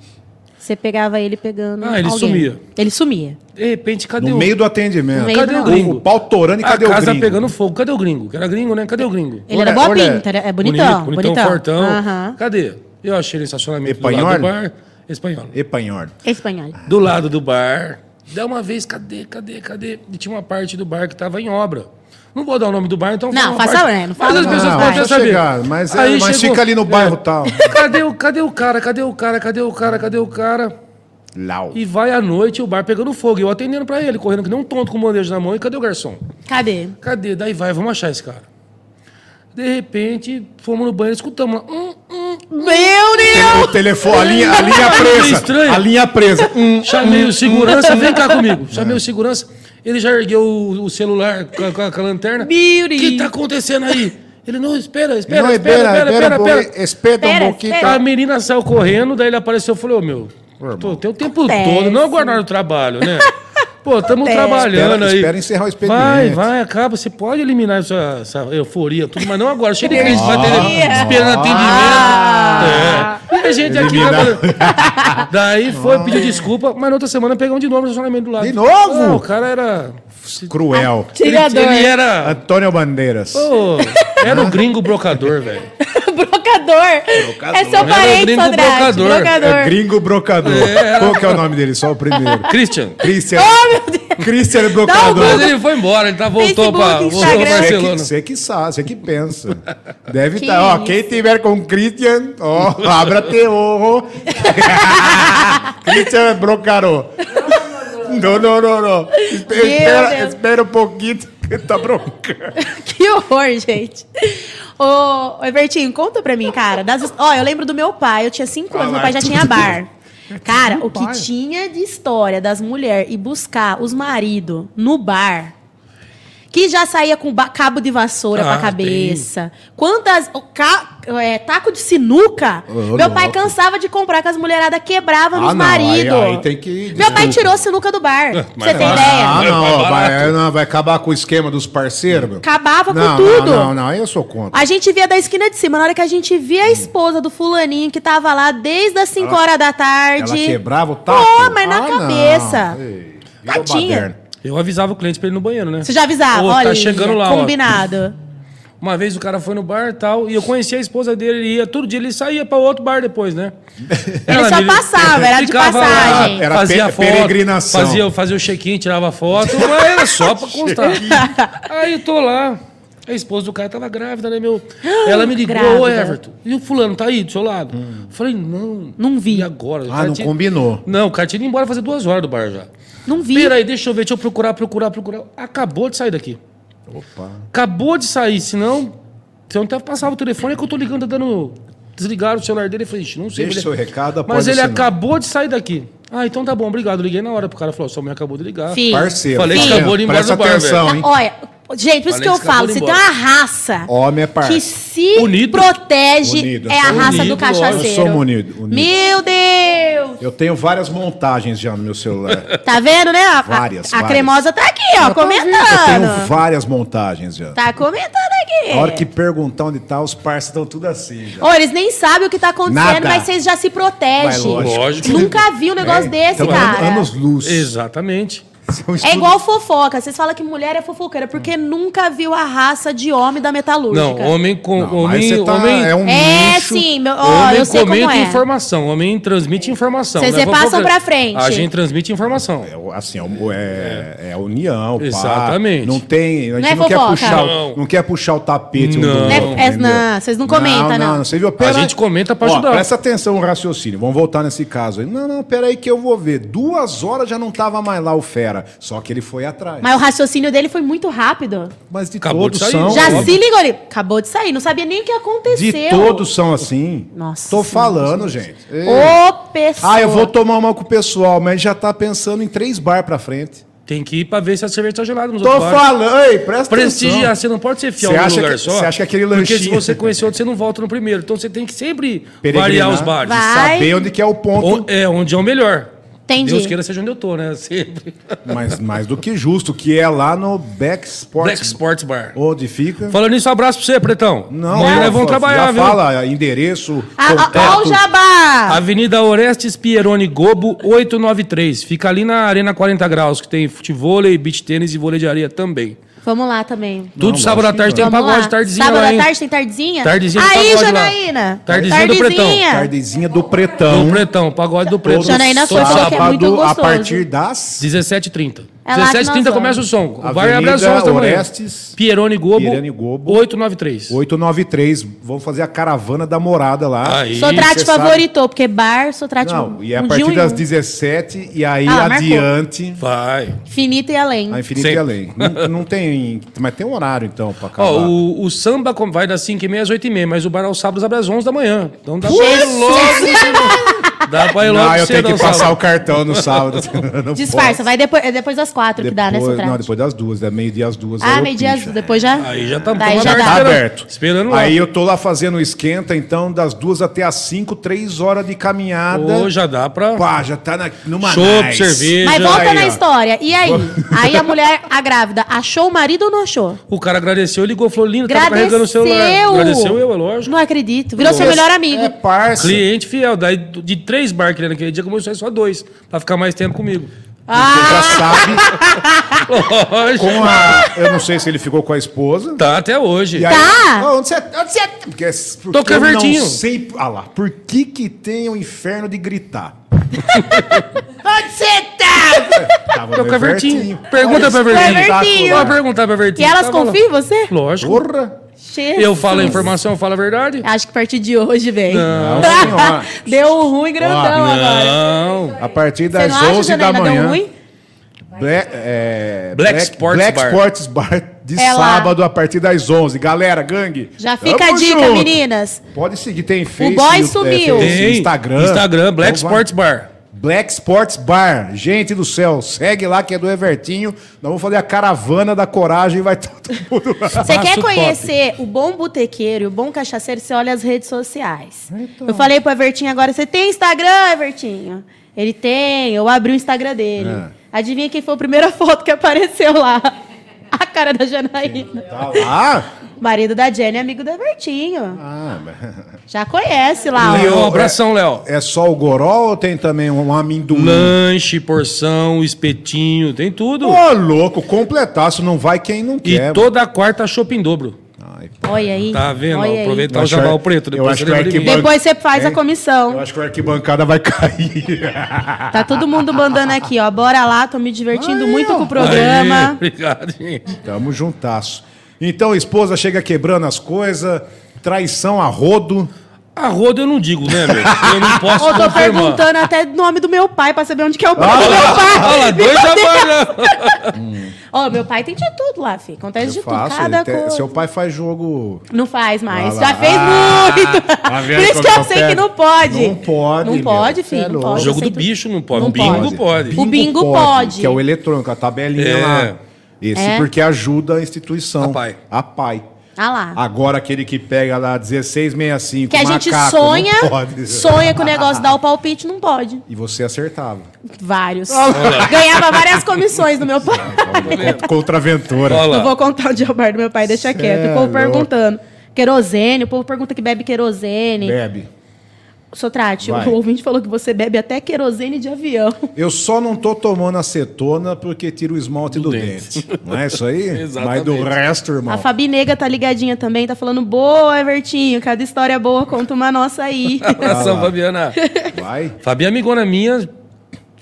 Speaker 3: você pegava ele pegando
Speaker 4: Ah, ele
Speaker 3: alguém.
Speaker 4: sumia.
Speaker 3: Ele sumia.
Speaker 4: De repente, cadê
Speaker 2: No
Speaker 4: o.
Speaker 2: meio do atendimento.
Speaker 3: No meio
Speaker 4: Cadê
Speaker 3: do
Speaker 4: o
Speaker 3: nada.
Speaker 4: gringo?
Speaker 2: O pau torando e cadê
Speaker 4: a
Speaker 2: o
Speaker 4: casa
Speaker 2: gringo?
Speaker 4: pegando fogo. Cadê o gringo? Que era gringo, né? Cadê o gringo?
Speaker 3: Ele
Speaker 2: Olha-
Speaker 3: era boa
Speaker 2: olha-
Speaker 3: pinta, era- é bonitão,
Speaker 4: Bonito, bonitão,
Speaker 3: bonitão.
Speaker 4: fortão.
Speaker 3: Aham.
Speaker 4: Cadê? Eu achei ele no estacionamento do lado
Speaker 2: Espanhol?
Speaker 4: do bar. Espanhol.
Speaker 2: Epanhor.
Speaker 3: Espanhol.
Speaker 4: Do lado do bar. Daí uma vez, cadê, cadê, cadê? E tinha uma parte do bar que tava em obra. Não vou dar o nome do bar, então...
Speaker 3: Não,
Speaker 4: fala uma
Speaker 3: faça,
Speaker 4: parte.
Speaker 3: né? Não
Speaker 4: Mas
Speaker 3: fala
Speaker 4: as
Speaker 3: não,
Speaker 4: pessoas
Speaker 3: vai.
Speaker 4: podem
Speaker 2: Deixa
Speaker 4: saber. É.
Speaker 2: chegar, Ah, mas é- mas fica ali no bairro tal.
Speaker 4: <laughs> Cadê o, cadê o cara, cadê o cara, cadê o cara, cadê o cara?
Speaker 2: Lau.
Speaker 4: E vai à noite o bar pegando fogo. E eu atendendo pra ele, correndo que nem um tonto com o bandeja na mão. E cadê o garçom?
Speaker 3: Cadê?
Speaker 4: Cadê? Daí vai, vamos achar esse cara. De repente, fomos no banheiro, escutamos lá. Hum, hum.
Speaker 3: Meu Deus!
Speaker 2: O telefone, a linha, a
Speaker 4: <laughs>
Speaker 2: linha presa.
Speaker 4: Estranho.
Speaker 2: A linha presa. Hum.
Speaker 4: Chamei o segurança, vem cá comigo. Chamei o segurança, ele já ergueu o, o celular com a, com a- com a lanterna.
Speaker 3: Beauty.
Speaker 4: O que tá acontecendo aí? Ele, não, espera, espera,
Speaker 2: Não, é
Speaker 4: espera,
Speaker 2: espera, um
Speaker 4: espera, espera,
Speaker 2: espera,
Speaker 4: espera,
Speaker 2: pô, espera
Speaker 3: Espera,
Speaker 2: um pouquinho.
Speaker 3: espera.
Speaker 4: A menina saiu correndo, daí ele apareceu e falou, ô meu, tô, tem o tempo
Speaker 3: Acontece.
Speaker 4: todo, não aguardaram o trabalho,
Speaker 3: <laughs>
Speaker 4: né? Pô, estamos
Speaker 3: Acontece.
Speaker 4: trabalhando
Speaker 2: Espera-
Speaker 4: aí.
Speaker 2: espera encerrar o experimento.
Speaker 4: Vai, vai, acaba. Você pode eliminar essa, essa euforia, tudo, mas não agora. Cheio de crise,
Speaker 3: Euforia.
Speaker 4: esperando atendimento.
Speaker 3: Ah.
Speaker 4: É. E a gente
Speaker 2: <laughs>
Speaker 4: aqui... trabalhando. Daí foi, pediu desculpa, mas na outra semana pegamos de novo no estacionamento do lado.
Speaker 2: De novo?
Speaker 4: Ah, o cara era...
Speaker 2: tá? Cruel.
Speaker 4: Ele,
Speaker 3: Tirador.
Speaker 2: <laughs>
Speaker 4: ele era...
Speaker 2: Antônio Bandeiras.
Speaker 4: Pô, era um gringo brocador, velho.
Speaker 3: <laughs> Brocador. É seu
Speaker 4: Era
Speaker 3: parente,
Speaker 4: gringo
Speaker 3: Sodrade.
Speaker 4: brocador.
Speaker 2: É gringo brocador. Qual que é o nome dele? Só o primeiro.
Speaker 4: <laughs> Christian.
Speaker 2: Christian.
Speaker 3: Oh, meu Deus.
Speaker 2: Christian
Speaker 4: Mas
Speaker 2: brocador.
Speaker 4: ele foi embora, ele tá, voltou
Speaker 3: Facebook,
Speaker 4: pra voltou pra
Speaker 3: Instagram.
Speaker 2: Você
Speaker 4: Barcelona.
Speaker 2: que, você que sabe, você que pensa. Deve
Speaker 3: Que
Speaker 2: estar. ó,
Speaker 3: isso.
Speaker 2: quem tiver com Christian, ó, abra teorro.
Speaker 3: <laughs>
Speaker 2: Christian brocador. Não, não, não, não. Espera,
Speaker 3: Deus.
Speaker 2: espera um pouquinho que tá broncando.
Speaker 3: <laughs> Que horror, gente. Ô, Evertinho, conta pra mim, cara. das- Ó, eu lembro do meu pai, eu tinha cinco anos, meu pai já
Speaker 2: <laughs>
Speaker 3: tinha bar. Cara, o que tinha de história das mulheres e buscar os maridos no bar. Que já saía com ba- cabo de vassoura
Speaker 4: Ah,
Speaker 3: pra cabeça. Quantas. o ca- é, taco de sinuca.
Speaker 2: Ô,
Speaker 3: meu pai
Speaker 2: louco.
Speaker 3: cansava de comprar que as mulheradas quebravam
Speaker 2: Ah,
Speaker 3: nos
Speaker 2: não,
Speaker 3: maridos.
Speaker 2: aí- aí tem que-
Speaker 3: Meu pai tirou a sinuca
Speaker 2: <laughs>
Speaker 3: do bar. pra
Speaker 4: mas
Speaker 3: você tem
Speaker 4: não.
Speaker 3: ideia?
Speaker 2: Ah,
Speaker 4: Vai-
Speaker 2: não,
Speaker 4: vai
Speaker 2: ó, vai,
Speaker 4: barato.
Speaker 2: não, vai acabar com o esquema dos parceiros, meu.
Speaker 3: Acabava
Speaker 2: não,
Speaker 3: com tudo.
Speaker 2: Não, não, não, aí eu sou contra.
Speaker 3: A gente via da esquina de cima. Na hora que a gente via a esposa do fulaninho que tava lá desde as 5 horas da tarde.
Speaker 2: Ela quebrava o taco?
Speaker 3: Pô, mas na
Speaker 2: Ah, não.
Speaker 3: cabeça.
Speaker 2: Ei, virou
Speaker 3: Tadinha.
Speaker 2: baderna.
Speaker 4: Eu avisava o cliente pra ele ir no banheiro, né?
Speaker 3: Você já avisava,
Speaker 4: Ô,
Speaker 3: olha.
Speaker 4: Tá chegando lá, ó.
Speaker 3: Combinado.
Speaker 4: Uma vez o cara foi no bar e tal, e eu conheci a esposa dele, ele ia todo dia, ele saía pra outro bar depois, né?
Speaker 3: Ele só passava, era de
Speaker 4: ficava lá,
Speaker 3: passagem.
Speaker 2: Era
Speaker 4: fazia
Speaker 2: pe-
Speaker 4: foto,
Speaker 2: peregrinação.
Speaker 4: Fazia, fazia o check-in, tirava foto, mas era
Speaker 2: <laughs>
Speaker 4: só pra constar. Aí eu tô lá, a esposa do cara tava grávida, né, meu? Ela me ligou, ô
Speaker 3: Grávida.
Speaker 4: Everton, e o fulano tá aí do seu lado? Falei, não.
Speaker 3: Não vi.
Speaker 4: E agora? O
Speaker 2: Hum. Ah,
Speaker 4: cara
Speaker 2: não
Speaker 4: tinha-
Speaker 2: combinou.
Speaker 4: Não, o cara tinha ido embora fazer duas horas do bar já.
Speaker 3: Não vi.
Speaker 4: Peraí, deixa eu ver, deixa eu procurar, procurar, procurar. Acabou de sair daqui.
Speaker 2: Opa.
Speaker 4: Acabou de sair, senão. Se eu não passava o telefone, é que eu tô ligando, tá dando. Desligaram o celular dele e falei, "Ixi, não sei.
Speaker 2: Deixa o seu recado após
Speaker 4: Mas
Speaker 2: o
Speaker 4: ele
Speaker 2: sinal.
Speaker 4: acabou de sair daqui. Ah, então tá bom, obrigado. Liguei na hora pro cara, falou, sua mãe acabou de ligar.
Speaker 3: Sim.
Speaker 2: Parceiro.
Speaker 4: Falei que
Speaker 2: Tá
Speaker 4: acabou
Speaker 2: vendo?
Speaker 4: de ir embora
Speaker 2: Presta
Speaker 4: do bar,
Speaker 2: atenção,
Speaker 3: Não,
Speaker 2: hein?
Speaker 3: olha, Gente, por isso
Speaker 4: Falei
Speaker 3: que eu
Speaker 4: que escapou
Speaker 3: falo,
Speaker 4: de
Speaker 3: se tem
Speaker 4: embora.
Speaker 3: uma raça
Speaker 2: Homem é par.
Speaker 3: que se
Speaker 4: Unido.
Speaker 3: protege,
Speaker 2: Unido, eu
Speaker 3: é a
Speaker 2: sou
Speaker 3: raça
Speaker 4: unido,
Speaker 3: do
Speaker 4: lógico.
Speaker 3: cachaceiro.
Speaker 2: Eu sou unido, unido.
Speaker 3: Meu Deus!
Speaker 2: Eu tenho várias montagens já no meu
Speaker 3: <laughs>
Speaker 2: celular.
Speaker 3: Tá vendo, né? A,
Speaker 2: Várias,
Speaker 3: a, a
Speaker 2: várias.
Speaker 3: cremosa tá aqui, ó,
Speaker 2: Eu tenho
Speaker 3: comentando.
Speaker 2: várias montagens já.
Speaker 3: Tá comentando aqui.
Speaker 2: A hora que perguntar onde tá, os parceiros estão tudo assim já.
Speaker 3: Ô, eles nem sabem o que tá acontecendo,
Speaker 2: Nada.
Speaker 3: mas vocês já se
Speaker 2: Mas
Speaker 3: protegem.
Speaker 2: lógico.
Speaker 4: Lógico.
Speaker 3: Nunca vi um negócio desse,
Speaker 2: Então,
Speaker 3: cara.
Speaker 2: Anos luz.
Speaker 4: Exatamente.
Speaker 2: <laughs> São
Speaker 3: É
Speaker 2: estudos-
Speaker 3: igual fofoca. Vocês falam que mulher é fofoqueira porque nunca viu a raça de homem da metalúrgica.
Speaker 4: Não, homem com.
Speaker 2: Não, mas
Speaker 4: homem,
Speaker 2: você tá-
Speaker 4: homem,
Speaker 2: é um
Speaker 3: É,
Speaker 2: nicho.
Speaker 3: sim. Meu, ó,
Speaker 4: homem
Speaker 3: eu sei como
Speaker 4: comenta
Speaker 3: é.
Speaker 4: informação. Homem transmite informação.
Speaker 3: Vocês
Speaker 4: né?
Speaker 3: repassam pra frente.
Speaker 4: A gente transmite informação.
Speaker 2: É, o- assim, é, o- é, é a união, pá.
Speaker 4: Exatamente.
Speaker 2: Não tem, a gente
Speaker 3: é
Speaker 2: não, quer
Speaker 3: fofoca.
Speaker 2: puxar,
Speaker 4: Não.
Speaker 2: o- não quer puxar o tapete um do
Speaker 4: Não.
Speaker 2: outro,
Speaker 3: É- é-
Speaker 2: entendeu?
Speaker 3: não, vocês não comentam, não.
Speaker 2: Você viu? Pera-
Speaker 4: gente comenta pra
Speaker 2: Ó,
Speaker 4: ajudar.
Speaker 2: Presta atenção no raciocínio. Vamos voltar nesse caso aí. Não, não, peraí que eu vou ver. Duas horas já não tava mais lá o fera. Só que ele foi atrás.
Speaker 3: Mas o raciocínio dele foi muito rápido.
Speaker 2: Mas de
Speaker 4: Acabou
Speaker 2: todos
Speaker 4: de sair.
Speaker 2: são.
Speaker 4: Não,
Speaker 3: Já
Speaker 4: óbvio.
Speaker 3: se ligou ali. Acabou de sair, não sabia nem o que aconteceu.
Speaker 2: De todos são assim.
Speaker 3: Nossa
Speaker 2: Tô
Speaker 3: Senhora,
Speaker 2: falando, gente. É.
Speaker 3: Ô, pessoal.
Speaker 2: Ah, eu vou tomar uma com o pessoal, mas já tá pensando em três bar pra frente.
Speaker 4: Tem que ir pra ver se a cerveja tá gelada nos
Speaker 2: Tô
Speaker 4: outros bares.
Speaker 2: falando, ei, presta
Speaker 4: Prestigiar,
Speaker 2: atenção.
Speaker 4: você não pode ser fiel
Speaker 2: Você
Speaker 4: num
Speaker 2: acha
Speaker 4: lugar
Speaker 2: que-
Speaker 4: só.
Speaker 2: você acha que aquele
Speaker 4: Porque se
Speaker 2: lanchinho-
Speaker 4: você conhecer outro, você não volta no primeiro. Então você tem que sempre
Speaker 2: Peregrinar.
Speaker 4: variar os bares.
Speaker 3: Vai.
Speaker 2: Saber onde que é o ponto.
Speaker 4: O- é, onde é o melhor.
Speaker 3: Entendi.
Speaker 4: Deus queira seja onde eu tô, né? Sempre.
Speaker 2: Mas mais do que justo, que é lá no Back Sports.
Speaker 4: Black Sports Bar.
Speaker 2: Onde fica?
Speaker 4: Falando nisso, um abraço pra você, Pretão.
Speaker 2: Não,
Speaker 4: Amanhã
Speaker 2: já
Speaker 4: nós vamos
Speaker 2: fa-
Speaker 4: trabalhar,
Speaker 2: já
Speaker 4: viu?
Speaker 2: fala endereço,
Speaker 3: Ah, ó,
Speaker 2: contato.
Speaker 3: ó, o jabá!
Speaker 4: Avenida Orestes Pieroni Gobo, 893. Fica ali na Arena 40 Graus, que tem futevôlei, beach tênis e vôlei de areia também.
Speaker 3: Vamos lá também.
Speaker 4: Tudo sábado à tarde tem um
Speaker 3: Vamos lá.
Speaker 4: pagode tardezinha
Speaker 3: Sábado
Speaker 4: lá,
Speaker 3: à
Speaker 4: hein?
Speaker 3: tarde tem tardezinha?
Speaker 4: Tardezinha do
Speaker 3: Aí,
Speaker 4: pagode lá.
Speaker 3: Janaína.
Speaker 4: Tardezinha do Pretão.
Speaker 2: Tardezinha do
Speaker 4: Do
Speaker 2: Pretão.
Speaker 4: pretão, pagode do
Speaker 2: Todo
Speaker 4: preto.
Speaker 3: Janaína foi,
Speaker 4: Todo
Speaker 3: falou que é muito
Speaker 2: sábado,
Speaker 3: gostoso.
Speaker 2: A partir das
Speaker 4: 17h30.
Speaker 3: É lá que nós
Speaker 4: 17h30
Speaker 3: vamos.
Speaker 4: começa o som. Vai
Speaker 2: Avenida
Speaker 4: abrir as 11 da manhã.
Speaker 2: Orestes,
Speaker 4: Pieroni Gobo,
Speaker 2: Pieroni Gobo,
Speaker 4: 893.
Speaker 2: 893. Vamos fazer a caravana da morada lá.
Speaker 4: Aí.
Speaker 3: Sotrate
Speaker 2: Você sabe.
Speaker 3: favoritou, porque bar, Sotrate...
Speaker 2: Não, e é a
Speaker 3: um dia
Speaker 2: partir
Speaker 3: um
Speaker 2: das
Speaker 3: um.
Speaker 2: 17 e aí
Speaker 3: Ah, marcou.
Speaker 2: adiante.
Speaker 4: Vai.
Speaker 3: Finito e além.
Speaker 2: A infinita
Speaker 4: Sim.
Speaker 2: e além. Não, não tem. Mas tem um horário então pra acabar.
Speaker 4: Ó, o, o samba com- vai das 5h30 às 8h30, mas o bar aos sábados abre às 11 da manhã. Então dá pra ir
Speaker 2: <laughs>
Speaker 4: logo. dá pra ir logo
Speaker 2: não, Ah, eu tenho
Speaker 4: cedo
Speaker 2: que
Speaker 4: ao
Speaker 2: passar o
Speaker 4: sábado.
Speaker 2: cartão no sábado. <laughs> Não
Speaker 3: Disfarça,
Speaker 2: posso.
Speaker 3: vai depois, é depois das quatro que dá, né,
Speaker 2: Depois- Não,
Speaker 3: Sotrate?
Speaker 2: depois das duas, é meio-dia às duas. aí
Speaker 3: Ah,
Speaker 2: eu
Speaker 3: meio-dia,
Speaker 2: picho.
Speaker 3: depois já...
Speaker 4: Aí já tá
Speaker 3: Daí
Speaker 4: tamo
Speaker 3: já
Speaker 4: na
Speaker 2: Tá
Speaker 3: dá.
Speaker 4: carteira.
Speaker 2: aberto.
Speaker 4: Esperando lá.
Speaker 2: Aí eu tô lá fazendo o esquenta, então, das duas até às cinco, três horas de caminhada.
Speaker 4: Ô, já dá pra.
Speaker 2: Pá, já tá na, numa
Speaker 4: Chopp,
Speaker 2: nice.
Speaker 4: cerveja.
Speaker 3: Mas volta
Speaker 2: Aí,
Speaker 3: na
Speaker 2: ó.
Speaker 3: história. E aí? <laughs> aí a mulher, a grávida, achou o marido ou não achou?
Speaker 4: O cara agradeceu, ligou, falou: Lino, tava carregando
Speaker 3: Agradeceu.
Speaker 4: o celular. Agradeceu eu, é lógico.
Speaker 3: Não acredito. Virou seu melhor amigo.
Speaker 2: É parça.
Speaker 4: Cliente fiel. Daí do- de três bar que ele era naquele dia, começou a ir só dois, pra ficar mais tempo comigo.
Speaker 3: Ah,
Speaker 2: Você já sabe
Speaker 4: Lógico.
Speaker 2: com a... Eu não sei se ele ficou com a esposa.
Speaker 4: Tá até hoje.
Speaker 2: E aí-
Speaker 3: Tá.
Speaker 2: Ah, onde você... Onde você... Porque, é porque
Speaker 4: Tô
Speaker 2: Eu
Speaker 4: cavertinho.
Speaker 2: não sei... Ah lá, por que que tem o inferno de gritar?
Speaker 3: Onde você
Speaker 4: <laughs>
Speaker 3: tá?
Speaker 2: Tava
Speaker 4: Tô
Speaker 2: no
Speaker 4: cavertinho.
Speaker 2: Evertinho.
Speaker 4: Pergunta pra Vertinho.
Speaker 2: Evertinho.
Speaker 4: Vou perguntar pra Vertinho.
Speaker 3: E
Speaker 2: tá
Speaker 3: elas
Speaker 4: Tava lá.
Speaker 3: confiam em você?
Speaker 4: Lógico.
Speaker 2: Porra.
Speaker 3: Jesus.
Speaker 4: Eu falo a informação, eu falo a verdade.
Speaker 3: Acho que a partir de hoje, velho.
Speaker 2: Não, senhora.
Speaker 3: <laughs> Deu um ruim grandão agora.
Speaker 4: Não.
Speaker 2: A partir
Speaker 3: Você
Speaker 2: das
Speaker 3: não acha,
Speaker 2: 11 da
Speaker 3: Janaína, deu
Speaker 2: manhã...
Speaker 3: ruim?
Speaker 2: Black, é,
Speaker 4: Black Sports
Speaker 2: Black
Speaker 4: Bar.
Speaker 2: Sports Bar de
Speaker 3: É lá.
Speaker 2: sábado a partir das 11. Galera, gangue.
Speaker 3: Já fica a
Speaker 2: tamo
Speaker 3: dica,
Speaker 2: junto. <laughs>
Speaker 3: meninas.
Speaker 2: Pode seguir, tem Face.
Speaker 3: boy
Speaker 2: é,
Speaker 3: sumiu.
Speaker 2: Face,
Speaker 4: Tem.
Speaker 2: Instagram.
Speaker 4: Instagram, Black
Speaker 2: Então vai.
Speaker 4: Sports Bar.
Speaker 2: Black Sports Bar. Gente do céu, segue lá que é do Evertinho. Nós vamos fazer a caravana da coragem e vai <laughs> todo mundo lá.
Speaker 3: Você quer
Speaker 4: Passo
Speaker 3: conhecer o bom botequeiro e o bom cachaceiro, você olha as redes sociais. Eu falei pro Evertinho agora, você tem Instagram, Evertinho? Ele tem, eu abri o Instagram dele.
Speaker 2: É.
Speaker 3: Adivinha quem foi a primeira <laughs> foto que apareceu lá? A cara da Janaína.
Speaker 2: Tá lá?
Speaker 3: Marido da Jenny, amigo do Evertinho.
Speaker 2: Ah, mas-
Speaker 3: Já conhece lá.
Speaker 2: Léo.
Speaker 3: ó.
Speaker 4: Léo, abração, Léo.
Speaker 2: É só o goró ou tem também um amendoim?
Speaker 4: Lanche, porção, espetinho, tem tudo.
Speaker 2: Ô, louco, completaço, não vai quem não
Speaker 4: e
Speaker 2: quer.
Speaker 4: toda quarta chopp em dobro.
Speaker 2: Ai, pô.
Speaker 3: Olha aí.
Speaker 4: Tá vendo?
Speaker 3: Olha aí.
Speaker 4: Aproveitar
Speaker 2: Eu
Speaker 4: o
Speaker 2: acho
Speaker 4: jabal
Speaker 2: que-
Speaker 4: preto.
Speaker 2: eu acho que
Speaker 4: você lembra de
Speaker 2: é
Speaker 4: mim.
Speaker 2: que-
Speaker 3: Depois você faz a
Speaker 2: Eu
Speaker 3: comissão.
Speaker 2: acho que a arquibancada vai <laughs> cair.
Speaker 3: Tá todo mundo mandando aqui, ó. Bora lá, tô me divertindo muito com o
Speaker 4: Aí,
Speaker 3: programa.
Speaker 4: <laughs> obrigado, gente.
Speaker 2: Tamo juntasso. Então, esposa chega quebrando as coisas, traição a rodo.
Speaker 4: A roda eu não digo, né, meu? Eu não
Speaker 3: <laughs>
Speaker 4: posso
Speaker 3: Eu tô
Speaker 4: confirmar.
Speaker 3: perguntando até o nome do meu pai pra saber onde que
Speaker 2: Ah,
Speaker 3: é o pai do meu pai.
Speaker 4: Olha lá, dois abaixo.
Speaker 3: Ó, meu pai tem de tudo lá, filho. Acontece É de tudo,
Speaker 2: É ele
Speaker 3: cada
Speaker 2: te-
Speaker 3: coisa.
Speaker 2: Seu pai faz jogo.
Speaker 3: Não faz mais.
Speaker 2: Ah lá.
Speaker 3: Já fez
Speaker 2: Ah,
Speaker 3: muito.
Speaker 2: tá vendo
Speaker 3: <laughs> Por isso
Speaker 2: como
Speaker 3: que eu
Speaker 2: eu
Speaker 3: sei
Speaker 2: pego?
Speaker 3: que não pode.
Speaker 2: Não pode,
Speaker 3: Não
Speaker 2: meu.
Speaker 3: pode,
Speaker 2: É
Speaker 3: filho. Não
Speaker 2: louco.
Speaker 3: pode.
Speaker 4: Jogo
Speaker 3: Eu
Speaker 4: do
Speaker 3: sempre-
Speaker 4: bicho não pode.
Speaker 3: Não
Speaker 4: bingo
Speaker 3: pode.
Speaker 4: pode.
Speaker 3: O bingo pode.
Speaker 2: Que é o eletrônico, a tabelinha
Speaker 4: É.
Speaker 2: lá. Esse,
Speaker 3: É.
Speaker 2: porque ajuda a instituição.
Speaker 4: A PAI.
Speaker 2: A PAI.
Speaker 3: Ah lá.
Speaker 2: Agora aquele que pega lá 1665,
Speaker 3: que a gente
Speaker 2: macaco, não
Speaker 3: sonha,
Speaker 2: pode.
Speaker 3: sonha com o negócio dar o palpite, não pode.
Speaker 2: E você acertava.
Speaker 3: Vários.
Speaker 2: Ah,
Speaker 3: Ganhava várias comissões do meu pai.
Speaker 2: <laughs> Cont- Contraventora.
Speaker 4: Olha
Speaker 3: Não
Speaker 4: lá. <laughs>
Speaker 3: vou contar o dia bar do meu pai, deixa
Speaker 2: Cê
Speaker 3: quieto.
Speaker 2: é
Speaker 3: O povo
Speaker 2: louco.
Speaker 3: perguntando. Querosene, o povo pergunta que bebe querosene.
Speaker 2: Bebe.
Speaker 3: Sotrate,
Speaker 2: Vai.
Speaker 3: o ouvinte falou que você bebe até querosene de avião.
Speaker 2: Eu só não tô tomando acetona porque tira o esmalte do, dente. Não é isso
Speaker 4: <laughs>
Speaker 2: aí? Mas do
Speaker 4: Exatamente.
Speaker 2: resto, irmão.
Speaker 3: A Fabi Nega tá ligadinha também, tá falando, boa, Evertinho, cada história boa, conta uma nossa
Speaker 2: <laughs>
Speaker 3: aí.
Speaker 4: Abração, Fabiana.
Speaker 3: <laughs>
Speaker 2: Vai.
Speaker 4: Fabi é amigona minha.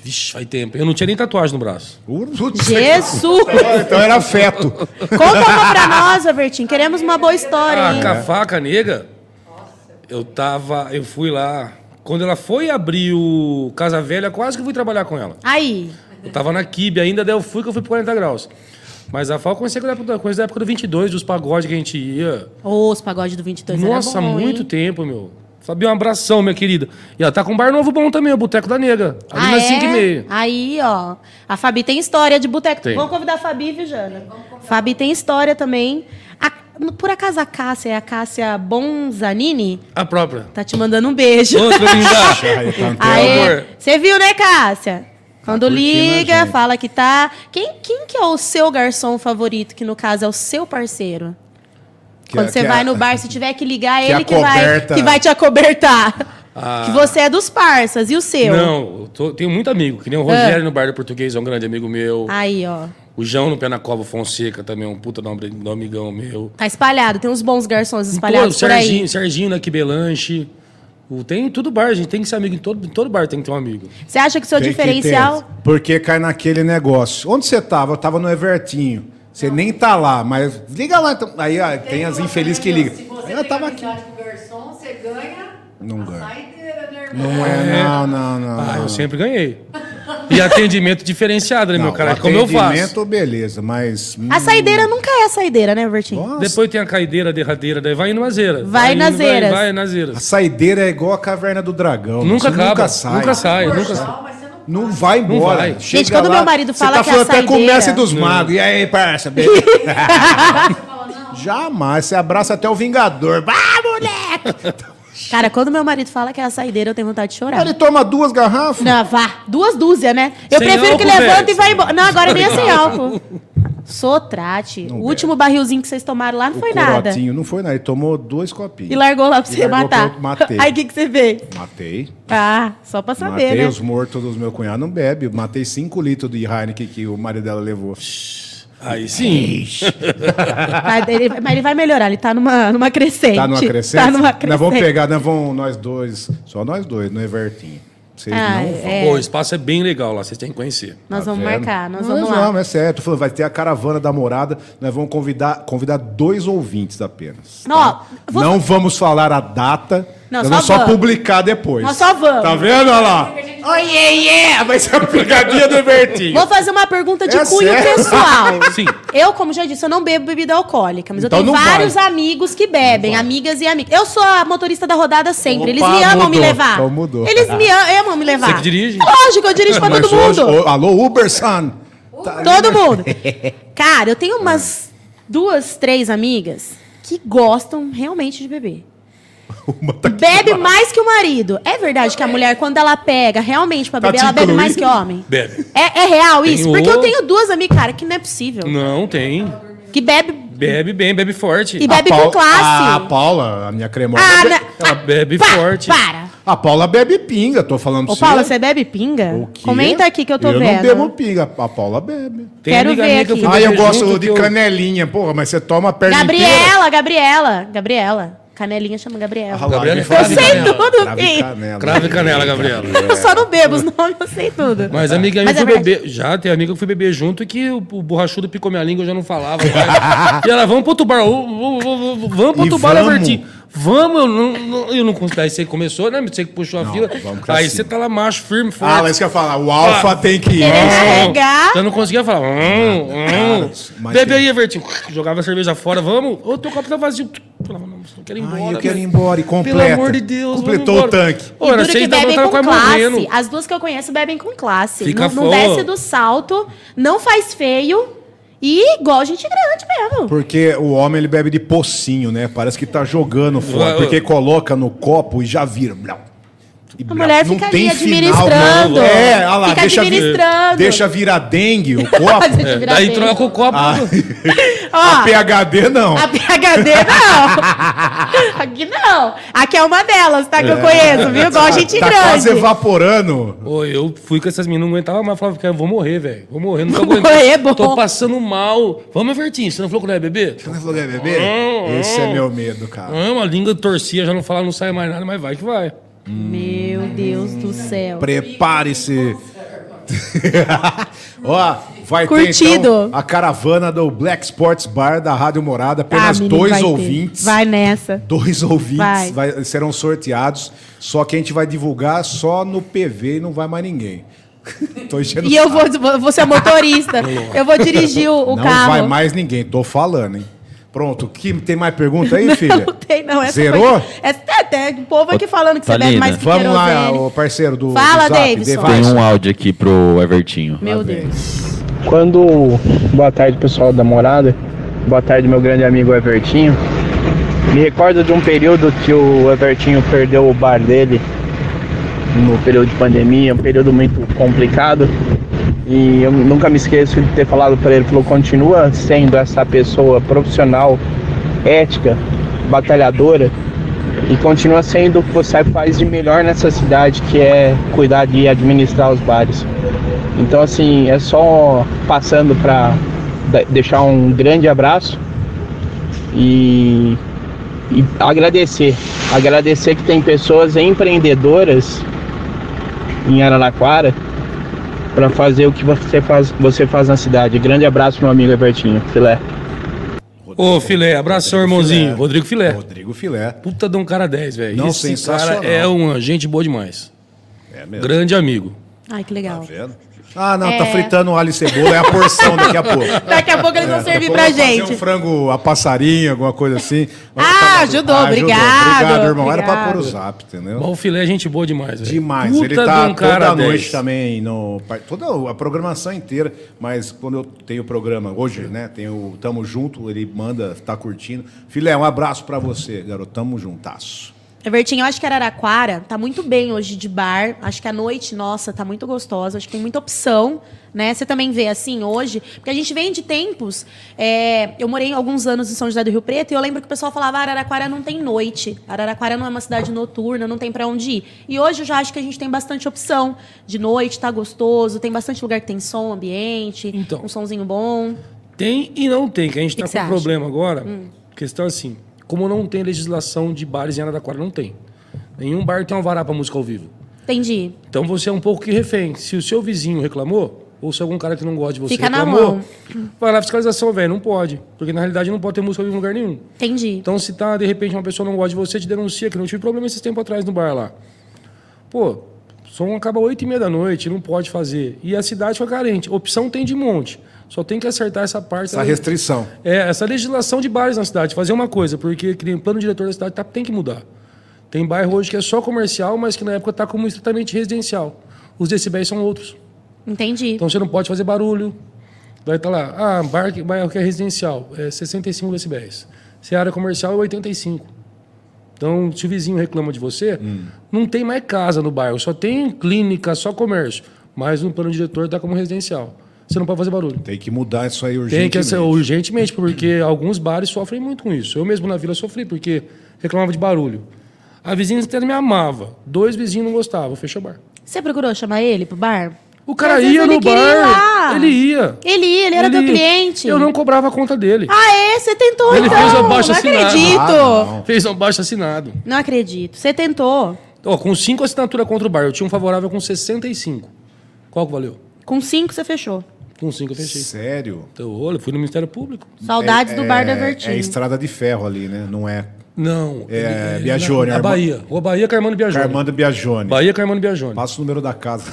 Speaker 4: Vixe, faz tempo. Eu não tinha nem tatuagem no braço.
Speaker 2: Putz,
Speaker 3: Jesus!
Speaker 2: Então era feto.
Speaker 3: Conta uma pra nós, Evertinho, queremos uma boa história,
Speaker 4: Ah,
Speaker 3: hein?
Speaker 4: com a faca, nega. Eu tava. Eu fui lá. Quando ela foi abrir o Casa Velha, quase que eu fui trabalhar com ela.
Speaker 3: Aí,
Speaker 4: Eu tava na Kibe ainda, daí eu fui que eu fui pro 40 graus. Mas a FAO eu comecei com a época, com a época do 22, dos pagodes que a gente ia.
Speaker 3: Ô, os pagodes do 22 era
Speaker 4: Nossa,
Speaker 3: bom,
Speaker 4: muito
Speaker 3: hein?
Speaker 4: tempo, meu. Fabio, um abração, minha querida. E ela tá com um bar novo bom também, o Boteco da Nega. Ali
Speaker 3: Ah,
Speaker 4: nas
Speaker 3: é?
Speaker 4: 5 e meia.
Speaker 3: Aí, ó. A Fabi tem história de boteco.
Speaker 4: Tem.
Speaker 3: Vamos convidar a Fabi, viu, Jana? Fabi tem história também. A- por acaso a Cássia é a Cássia Bonzanini?
Speaker 4: A própria.
Speaker 3: Tá te mandando um
Speaker 4: <laughs>
Speaker 3: beijo.
Speaker 4: Outra linda.
Speaker 2: Ai, tá-
Speaker 3: <laughs> Aê,
Speaker 4: amor.
Speaker 3: você viu, né, Cássia? Quando
Speaker 2: curtindo a
Speaker 3: liga,
Speaker 2: gente.
Speaker 3: fala que tá. Quem, quem que é o seu garçom favorito, que no caso é o seu parceiro?
Speaker 2: Que
Speaker 3: Quando
Speaker 2: é-
Speaker 3: você
Speaker 2: que é-
Speaker 3: vai no bar, se tiver que ligar,
Speaker 2: que
Speaker 3: ele que
Speaker 2: acoberta-
Speaker 3: vai, que vai te acobertar.
Speaker 4: Ah.
Speaker 3: Que você é dos parças, e o seu?
Speaker 4: Não, eu tô- tenho muito amigo, que nem o
Speaker 3: Ah.
Speaker 4: Rogério no bar do português, é um grande amigo meu.
Speaker 3: Aí, ó.
Speaker 4: O João no Pé na Cova Fonseca também é um puta de um abri- de um amigão meu.
Speaker 3: Tá espalhado, tem uns bons garçons
Speaker 4: Pô, o
Speaker 3: espalhados por
Speaker 4: Serginho,
Speaker 3: aí.
Speaker 4: Serginho na Quibelanche. O- Tem em todo bar, gente. Tem que ser amigo em todo, em todo bar, tem que ter um amigo.
Speaker 3: Você acha que o seu
Speaker 2: Tem que
Speaker 3: diferencial.
Speaker 2: ter, porque cai naquele negócio. Onde você tava? Eu tava no Evertinho. Você nem tá lá, mas liga lá. então. Aí ah, tem, as infelizes que ligam.
Speaker 6: Se você
Speaker 2: Eu
Speaker 6: tem
Speaker 2: tava
Speaker 4: É.
Speaker 2: aqui.
Speaker 6: amizade com o garçom, você ganha
Speaker 2: Não
Speaker 6: a
Speaker 2: ganha.
Speaker 6: saideira, né, irmão?
Speaker 2: Não é, não, não, não.
Speaker 4: Ah,
Speaker 2: não.
Speaker 4: eu sempre ganhei. E atendimento diferenciado, né,
Speaker 2: Não,
Speaker 4: meu cara? Como eu faço.
Speaker 2: atendimento, beleza, mas. hum,
Speaker 3: A saideira nunca é a saideira, né, Vertinho?
Speaker 2: Nossa.
Speaker 4: Depois tem a caideira, a derradeira, daí vai indo nas eiras.
Speaker 3: Vai nas
Speaker 4: indo, vai-
Speaker 3: eiras.
Speaker 4: Vai, nas
Speaker 2: A
Speaker 4: eiras.
Speaker 2: saideira é igual a caverna do dragão.
Speaker 4: Nunca
Speaker 2: Você
Speaker 4: acaba,
Speaker 2: Nunca sai.
Speaker 4: nunca sai, nunca sai.
Speaker 6: Não, mas você não
Speaker 2: Não vai embora.
Speaker 4: vai.
Speaker 2: Chega
Speaker 3: Gente, quando
Speaker 2: lá,
Speaker 3: meu marido
Speaker 2: você
Speaker 3: fala
Speaker 2: tá
Speaker 3: que a
Speaker 2: falando até com o
Speaker 3: saideira-
Speaker 2: mestre dos magos. E aí,
Speaker 3: <laughs>
Speaker 2: parça? beleza? <laughs>
Speaker 6: fala, não.
Speaker 2: Jamais. Você abraça até o Vingador. Ah, moleque!
Speaker 3: Cara, quando meu marido fala que é a saideira, eu tenho vontade de chorar.
Speaker 2: Ah, Ele toma duas garrafas.
Speaker 3: Não, vá. Duas dúzias, né? Eu
Speaker 4: Sem
Speaker 3: prefiro que
Speaker 4: álcool,
Speaker 3: levanta
Speaker 4: velho.
Speaker 3: e vai embora. Não, agora nem é sem álcool. Sotrate. O
Speaker 2: bebe.
Speaker 3: último barrilzinho que vocês tomaram lá não
Speaker 2: O
Speaker 3: foi nada.
Speaker 2: corotinho não foi nada. Ele tomou dois copinhos.
Speaker 3: E largou lá pra
Speaker 2: E
Speaker 3: você
Speaker 2: largou
Speaker 3: matar.
Speaker 2: pra eu- matei.
Speaker 3: Aí o que, que você fez?
Speaker 2: Matei.
Speaker 3: Ah, só pra saber,
Speaker 2: matei
Speaker 3: né?
Speaker 2: os mortos dos meu cunhado. Não bebe. Matei cinco litros de Heineken que o marido dela levou.
Speaker 4: Aí sim.
Speaker 3: Mas ele, mas ele vai melhorar, ele tá numa, numa crescente.
Speaker 2: Tá numa crescente?
Speaker 3: Tá numa crescente.
Speaker 2: Nós vamos pegar, nós vamos, nós dois, só nós dois, no Evertinho. Vocês
Speaker 3: Ah,
Speaker 2: não vão.
Speaker 3: é.
Speaker 4: Pô, o espaço é bem legal lá, vocês têm que conhecer.
Speaker 3: Nós
Speaker 2: Tá
Speaker 3: vamos
Speaker 2: vendo?
Speaker 3: marcar, nós
Speaker 2: Não,
Speaker 3: vamos
Speaker 2: nós
Speaker 3: lá.
Speaker 2: Vamos, é certo. Falou, Vai ter a caravana da morada. Nós vamos convidar, convidar dois ouvintes apenas.
Speaker 3: Não, ó, vou-
Speaker 2: Não vamos falar a data.
Speaker 3: Não,
Speaker 2: nós
Speaker 3: só
Speaker 2: vamos só
Speaker 3: vamos.
Speaker 2: publicar depois.
Speaker 3: Nós só vamos.
Speaker 2: Tá vendo? Olha lá. Oh, yeah, yeah. Vai ser a pegadinha do Evertinho.
Speaker 3: Vou fazer uma pergunta de
Speaker 2: É
Speaker 3: cunho
Speaker 2: sério? <laughs>
Speaker 3: pessoal.
Speaker 4: Sim.
Speaker 3: Eu, como já disse, eu não bebo bebida alcoólica, mas
Speaker 2: Então
Speaker 3: eu tenho
Speaker 2: não vai.
Speaker 3: vários amigos que bebem, amigas e amigos. Eu sou a motorista da rodada sempre. Eles
Speaker 2: Opa,
Speaker 3: me amam me
Speaker 2: mudou.
Speaker 3: levar.
Speaker 2: Então mudou.
Speaker 3: Eles me am- amam me levar.
Speaker 4: Você que dirige?
Speaker 3: Lógico, eu dirijo pra todo
Speaker 2: <laughs> Mas hoje-
Speaker 3: mundo.
Speaker 2: ô, alô, Uberson. Tá- Ah.
Speaker 3: Todo
Speaker 2: <laughs>
Speaker 3: mundo. Cara, eu tenho umas duas, três amigas que gostam realmente de beber.
Speaker 2: Uma tá aqui.
Speaker 3: Bebe mais que o marido. É verdade que a mulher, quando ela pega realmente pra
Speaker 2: Tá
Speaker 3: beber,
Speaker 2: te
Speaker 3: ela bebe
Speaker 2: incluindo?
Speaker 3: mais que homem?
Speaker 4: Bebe.
Speaker 3: É, é real isso?
Speaker 4: Tem
Speaker 3: Porque eu
Speaker 4: o-
Speaker 3: tenho duas amigas, cara, que não é possível.
Speaker 4: Não, tem.
Speaker 3: Que bebe.
Speaker 4: Bebe bem, bebe forte.
Speaker 3: E
Speaker 2: A
Speaker 3: bebe
Speaker 2: Pau-
Speaker 3: com classe.
Speaker 2: A Paula, a minha cremosa.
Speaker 3: Ah,
Speaker 2: be-
Speaker 3: na-
Speaker 4: Ela bebe
Speaker 3: Pa-
Speaker 4: forte.
Speaker 3: Para.
Speaker 2: A Paula bebe pinga, tô falando
Speaker 3: Ô, Paula, você bebe pinga?
Speaker 2: O quê?
Speaker 3: Comenta aqui que eu tô
Speaker 2: eu
Speaker 3: vendo.
Speaker 2: não bebo pinga, a Paula bebe.
Speaker 4: Tem
Speaker 3: Quero
Speaker 4: amiga
Speaker 3: ver
Speaker 4: minha que eu
Speaker 3: aqui.
Speaker 4: fui
Speaker 2: Ah, eu
Speaker 4: beber
Speaker 2: gosto
Speaker 4: junto
Speaker 2: de
Speaker 4: que eu-
Speaker 2: canelinha, porra, mas você toma a perna inteira.
Speaker 3: Gabriela, Gabriela, Gabriela. Canelinha chama Gabriela.
Speaker 2: Ah, lá,
Speaker 4: Gabriela
Speaker 2: quem
Speaker 4: é
Speaker 2: fala
Speaker 3: eu
Speaker 4: crave
Speaker 2: de
Speaker 3: sei
Speaker 2: canela?
Speaker 4: canela.
Speaker 3: tudo,
Speaker 2: Crave
Speaker 3: Bi.
Speaker 2: canela.
Speaker 4: Crave canela, Gabriela.
Speaker 3: <laughs> Eu só não bebo os nomes, eu sei tudo.
Speaker 4: Mas amiga minha
Speaker 3: Mas
Speaker 4: eu fui
Speaker 3: é verdade.
Speaker 4: beber. Já, tem amiga que eu fui beber junto e que o, o borrachudo picou minha língua, eu já não falava.
Speaker 2: <laughs>
Speaker 4: mais. e ela, vamos pro tubar, ô, ô, ô, ô, vamos pro
Speaker 2: E
Speaker 4: tubar,
Speaker 2: vamos.
Speaker 4: Albertinho. Vamos, eu não, não- eu não consigo. Aí você começou, né? Você que puxou a fila.
Speaker 2: vamos pra
Speaker 4: Aí
Speaker 2: cima.
Speaker 4: você tá lá macho, firme,
Speaker 2: Ah, mas
Speaker 4: forte.
Speaker 2: isso que eu ia falar, o alfa tem que ir.
Speaker 3: é Carregar.
Speaker 4: Eu não conseguia falar. Hum, hum.
Speaker 2: mas
Speaker 4: Bebe
Speaker 2: tem-
Speaker 4: aí, Evertinho. Jogava a cerveja fora, vamos. Ô, teu copo tá vazio. Falava, não, eu quero ir embora.
Speaker 2: Ai, eu quero ir
Speaker 4: velho.
Speaker 2: embora e completa.
Speaker 4: Pelo amor de Deus,
Speaker 2: Completou o
Speaker 4: vamos embora.
Speaker 2: tanque.
Speaker 4: Ô,
Speaker 3: e
Speaker 4: era
Speaker 3: duro que
Speaker 4: seis da manhã,
Speaker 3: bebem
Speaker 4: tava
Speaker 3: com
Speaker 4: quase
Speaker 3: classe.
Speaker 4: morrendo.
Speaker 3: As duas que eu conheço bebem com classe.
Speaker 4: Fica
Speaker 3: não, não
Speaker 4: fo-
Speaker 3: desce do salto, não faz feio E igual gente grande mesmo.
Speaker 2: Porque o homem ele bebe de pocinho, né? Parece que tá jogando fora.
Speaker 4: Uau.
Speaker 2: Porque coloca no copo e já vira. Blau. E
Speaker 3: A
Speaker 2: blau.
Speaker 3: mulher
Speaker 2: Não
Speaker 3: fica
Speaker 2: tem
Speaker 3: ali
Speaker 2: final,
Speaker 3: administrando.
Speaker 2: não. É, olha lá,
Speaker 3: fica
Speaker 2: deixa, vir-
Speaker 3: administrando.
Speaker 2: deixa virar dengue o
Speaker 3: <laughs>
Speaker 2: copo.
Speaker 3: Deixa
Speaker 4: É,
Speaker 3: virar
Speaker 4: daí
Speaker 3: bem.
Speaker 4: troca o copo.
Speaker 2: Ah.
Speaker 3: Ó,
Speaker 2: A PHD não.
Speaker 3: Ah! A PHD
Speaker 2: <laughs>
Speaker 3: não. Aqui não. Aqui é uma delas, tá? Que eu conheço, viu? Igual a gente
Speaker 2: tá
Speaker 3: grande.
Speaker 2: quase evaporando.
Speaker 4: Ô, eu fui com essas meninas, não aguentava mais. Falava, cara, eu vou morrer, velho. Vou morrer, não tô
Speaker 3: Vou
Speaker 4: aguentando.
Speaker 3: morrer, é bom.
Speaker 4: Tô passando mal. Vamos, Evertinho, você não falou que não é bebê?
Speaker 2: Você falou, é, bebê? Esse é meu medo, cara.
Speaker 4: Não, a língua torcia, já não fala, não sai mais nada, mas vai que vai.
Speaker 3: Meu Deus do céu.
Speaker 2: Prepare-se. <laughs> Ó, vai ter
Speaker 3: Curtido.
Speaker 2: então, a caravana do Black Sports Bar da Rádio Morada.
Speaker 3: Ah,
Speaker 2: Apenas
Speaker 3: menino, vai
Speaker 2: dois
Speaker 3: ter.
Speaker 2: ouvintes.
Speaker 3: Vai nessa.
Speaker 2: Dois <laughs> ouvintes
Speaker 3: Vai.
Speaker 2: vai- serão sorteados, só que a gente vai divulgar só no PV e não vai mais ninguém. <laughs> Tô enchendo
Speaker 3: E
Speaker 2: o
Speaker 3: eu
Speaker 2: saco.
Speaker 3: vou, vou- vou ser a motorista. eu vou dirigir o, o
Speaker 2: não
Speaker 3: carro.
Speaker 2: vai mais ninguém, tô falando, hein? Pronto, que, tem mais pergunta aí, filha?
Speaker 3: <laughs> Não tem, não. Essa
Speaker 2: Zerou?
Speaker 3: Foi, essa, é, tem o povo aqui
Speaker 1: Ô,
Speaker 3: falando que você bebe
Speaker 1: Thalina,
Speaker 3: mais que
Speaker 2: Vamos lá,
Speaker 3: querosene.
Speaker 2: o parceiro do,
Speaker 3: Fala,
Speaker 2: do Zap,
Speaker 3: Davidson.
Speaker 2: Devais.
Speaker 1: Tem um áudio aqui pro Evertinho.
Speaker 3: Meu Deus.
Speaker 7: Quando. Boa tarde, pessoal da morada. Boa tarde, meu grande amigo Evertinho. Me recordo de um período que o Evertinho perdeu o bar dele no período de pandemia, um período muito complicado. E eu nunca me esqueço de ter falado para ele, falou, continua sendo essa pessoa profissional, ética, batalhadora e continua sendo o que você faz de melhor nessa cidade, que é cuidar de administrar os bares. Então, assim, é só passando para deixar um grande abraço e, e agradecer. Agradecer que tem pessoas empreendedoras em Araraquara para fazer o que você faz, você faz na cidade. Grande abraço, meu amigo Evertinho. é. Filé.
Speaker 4: Ô, Filé, abração, irmãozinho. Rodrigo Filé.
Speaker 2: Rodrigo Filé.
Speaker 4: Puta de um cara 10, velho.
Speaker 2: Não,
Speaker 4: Esse
Speaker 2: sensacional.
Speaker 4: cara é um gente boa demais.
Speaker 2: É mesmo.
Speaker 4: Grande amigo.
Speaker 3: Ai, que
Speaker 2: Tá
Speaker 3: legal.
Speaker 2: vendo? Ah, não,
Speaker 3: É.
Speaker 2: tá fritando alho e cebola, é a porção daqui a
Speaker 3: <laughs>
Speaker 2: pouco.
Speaker 3: Daqui a pouco eles vão servir pra
Speaker 2: Vamos fazer um
Speaker 3: gente.
Speaker 2: frango a passarinho, alguma coisa assim. Vamos
Speaker 3: Ah,
Speaker 2: acabar-
Speaker 3: ajudou, obrigado,
Speaker 2: Obrigado, irmão. Era pra
Speaker 3: obrigado.
Speaker 2: pôr o zap, entendeu?
Speaker 4: Mas o Filé é gente boa demais, velho.
Speaker 2: Demais.
Speaker 4: Puta
Speaker 2: ele tá
Speaker 4: de um cara
Speaker 2: toda noite
Speaker 4: 10.
Speaker 2: também, no, toda a programação inteira, mas quando eu tenho o programa hoje, né, tem o Tamo Junto, ele manda, tá curtindo. Filé, um abraço pra você, garoto, tamo juntasso.
Speaker 3: Evertinho, eu acho que Araraquara tá muito bem hoje de bar. Acho que a noite, nossa, tá muito gostosa. Acho que tem muita opção, né? Você também vê assim hoje. Porque a gente vem de tempos. é, eu morei alguns anos em São José do Rio Preto e eu lembro que o pessoal falava: "Ah, Araraquara não tem noite. Araraquara não é uma cidade noturna, não tem pra onde ir. E hoje eu já acho que a gente tem bastante opção. De noite, tá gostoso, tem bastante lugar que tem som, ambiente,
Speaker 4: Então.
Speaker 3: um sonzinho bom.
Speaker 4: Tem e não tem, que a gente
Speaker 3: Que
Speaker 4: está
Speaker 3: que
Speaker 4: com
Speaker 3: você
Speaker 4: um
Speaker 3: acha? Hum.
Speaker 4: problema agora. Questão assim, como não tem legislação de bares em Araraquara, não tem. Nenhum bar tem uma vara para música ao vivo.
Speaker 3: Entendi.
Speaker 4: Então você é um pouco que refém. Se o seu vizinho reclamou, ou se algum cara que não gosta de você
Speaker 3: Fica na
Speaker 4: reclamou, vai lá fiscalização, velho, não pode. Porque na realidade não pode ter música ao vivo em lugar nenhum.
Speaker 3: Entendi.
Speaker 4: Então, se tá, de repente, uma pessoa não gosta de você, te denuncia, que não tive problema esses tempos atrás no bar lá. Pô, o som acaba 8 e meia da noite, não pode fazer. E a cidade foi carente. Opção tem de monte. Só tem que acertar essa parte.
Speaker 2: Essa
Speaker 4: aí.
Speaker 2: restrição.
Speaker 4: É, essa legislação de bares na cidade. Fazer uma coisa, porque que nem o plano diretor da cidade tá- tem que mudar. Tem bairro hoje que é só comercial, mas que na época tá como estritamente residencial. Os decibéis são outros.
Speaker 3: Entendi.
Speaker 4: Então você não pode fazer barulho. Daí tá lá, ah, bar, que- bairro que é residencial, é 65 decibéis. Se é área comercial, é 85. Então, se o vizinho reclama de você, não tem mais casa no bairro, só tem clínica, só comércio. Mas no plano diretor tá como residencial. Você não pode fazer barulho.
Speaker 2: Tem que mudar isso aí urgentemente.
Speaker 4: Tem que ser urgentemente, porque alguns bares sofrem muito com isso. Eu mesmo na vila sofri, porque reclamava de barulho. A vizinha até me amava. Dois vizinhos não gostavam, fechou o bar.
Speaker 3: Você procurou chamar ele pro bar?
Speaker 4: O cara
Speaker 3: Às vezes
Speaker 4: ia
Speaker 3: ele
Speaker 4: no
Speaker 3: queria ir lá.
Speaker 4: bar, ele ia.
Speaker 3: Ele ia, ele era teu
Speaker 4: ia.
Speaker 3: cliente.
Speaker 4: Eu não cobrava a conta dele.
Speaker 3: Ah, é? Você tentou,
Speaker 4: Ele
Speaker 3: então.
Speaker 4: fez o abaixo
Speaker 3: não
Speaker 4: assinado.
Speaker 3: acredito.
Speaker 2: Ah,
Speaker 3: não.
Speaker 2: não.
Speaker 4: Fez um baixo assinado.
Speaker 3: acredito. Você tentou.
Speaker 4: Ó, com cinco assinaturas contra o bar, eu tinha um favorável com 65. Qual que valeu?
Speaker 3: Com cinco você fechou.
Speaker 4: Com cinco eu fechei.
Speaker 2: Sério?
Speaker 4: Então, olha, fui no Ministério Público.
Speaker 3: Saudades do bar da Vertinho.
Speaker 2: É estrada de ferro ali, né? Não é.
Speaker 4: Não.
Speaker 2: É,
Speaker 4: ele-
Speaker 2: Biagione,
Speaker 4: Na, na
Speaker 2: irmã-
Speaker 4: Bahia. Rua Bahia, Carmano Biagione.
Speaker 2: Carmando Biagione.
Speaker 4: Bahia, Carmano Biagione.
Speaker 2: Passa o número da casa.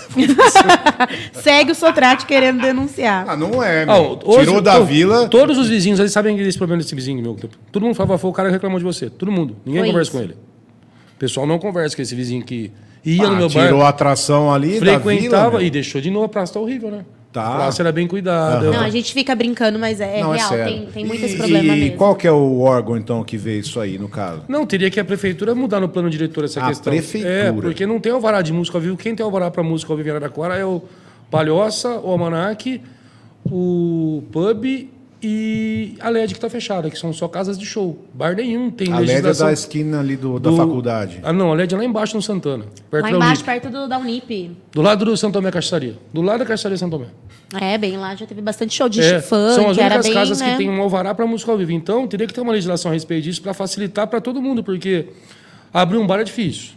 Speaker 3: Segue o Sotrate querendo denunciar.
Speaker 2: ah, não é,
Speaker 4: Ah,
Speaker 2: meu.
Speaker 4: hoje,
Speaker 2: Tirou da
Speaker 4: to-
Speaker 2: vila.
Speaker 4: Todos os vizinhos eles sabem desse problema desse vizinho meu. Todo mundo falava, foi o cara que reclamou de você. Todo mundo. Ninguém
Speaker 3: Foi
Speaker 4: conversa
Speaker 3: isso.
Speaker 4: com ele. O pessoal não conversa com esse vizinho que ia
Speaker 2: Ah,
Speaker 4: no meu
Speaker 2: tirou
Speaker 4: bar,
Speaker 2: a atração ali. da vila,
Speaker 4: frequentava
Speaker 2: meu.
Speaker 4: e deixou de novo. A praça tá horrível, né?
Speaker 2: Tá.
Speaker 4: A praça era bem cuidada.
Speaker 3: Não, a gente fica brincando, mas é, é
Speaker 2: Não,
Speaker 3: real.
Speaker 2: sério.
Speaker 3: tem, tem muito
Speaker 2: E-
Speaker 3: esse problema
Speaker 2: E
Speaker 3: mesmo.
Speaker 2: qual que é o órgão, então, que vê isso aí, no caso?
Speaker 4: Não, teria que a prefeitura mudar no plano diretor essa
Speaker 2: A
Speaker 4: questão.
Speaker 2: prefeitura.
Speaker 4: É, porque não tem alvará de música ao vivo. Quem tem alvará para música ao vivo em Araraquara é o Palhoça, o Almanac, o Pub e a LED que está fechada, que são só casas de show. Bar nenhum tem
Speaker 2: A LED é
Speaker 4: legislação.
Speaker 2: da esquina ali do, da
Speaker 4: do-
Speaker 2: faculdade.
Speaker 4: Ah, não, a LED é lá embaixo no Santana.
Speaker 2: é
Speaker 4: Perto
Speaker 3: Lá
Speaker 4: da
Speaker 3: embaixo,
Speaker 4: Unip.
Speaker 3: perto do, da Unip.
Speaker 4: Do lado do Santo Tomé Caixaria. Do lado da Caixaria Santo Tomé.
Speaker 3: É, bem lá já teve bastante show de
Speaker 4: É,
Speaker 3: funk,
Speaker 4: são as
Speaker 3: era
Speaker 4: únicas
Speaker 3: bem,
Speaker 4: casas
Speaker 3: né?
Speaker 4: que tem um alvará para música ao vivo. Então, teria que ter uma legislação a respeito disso para facilitar para todo mundo, porque abrir um bar é difícil.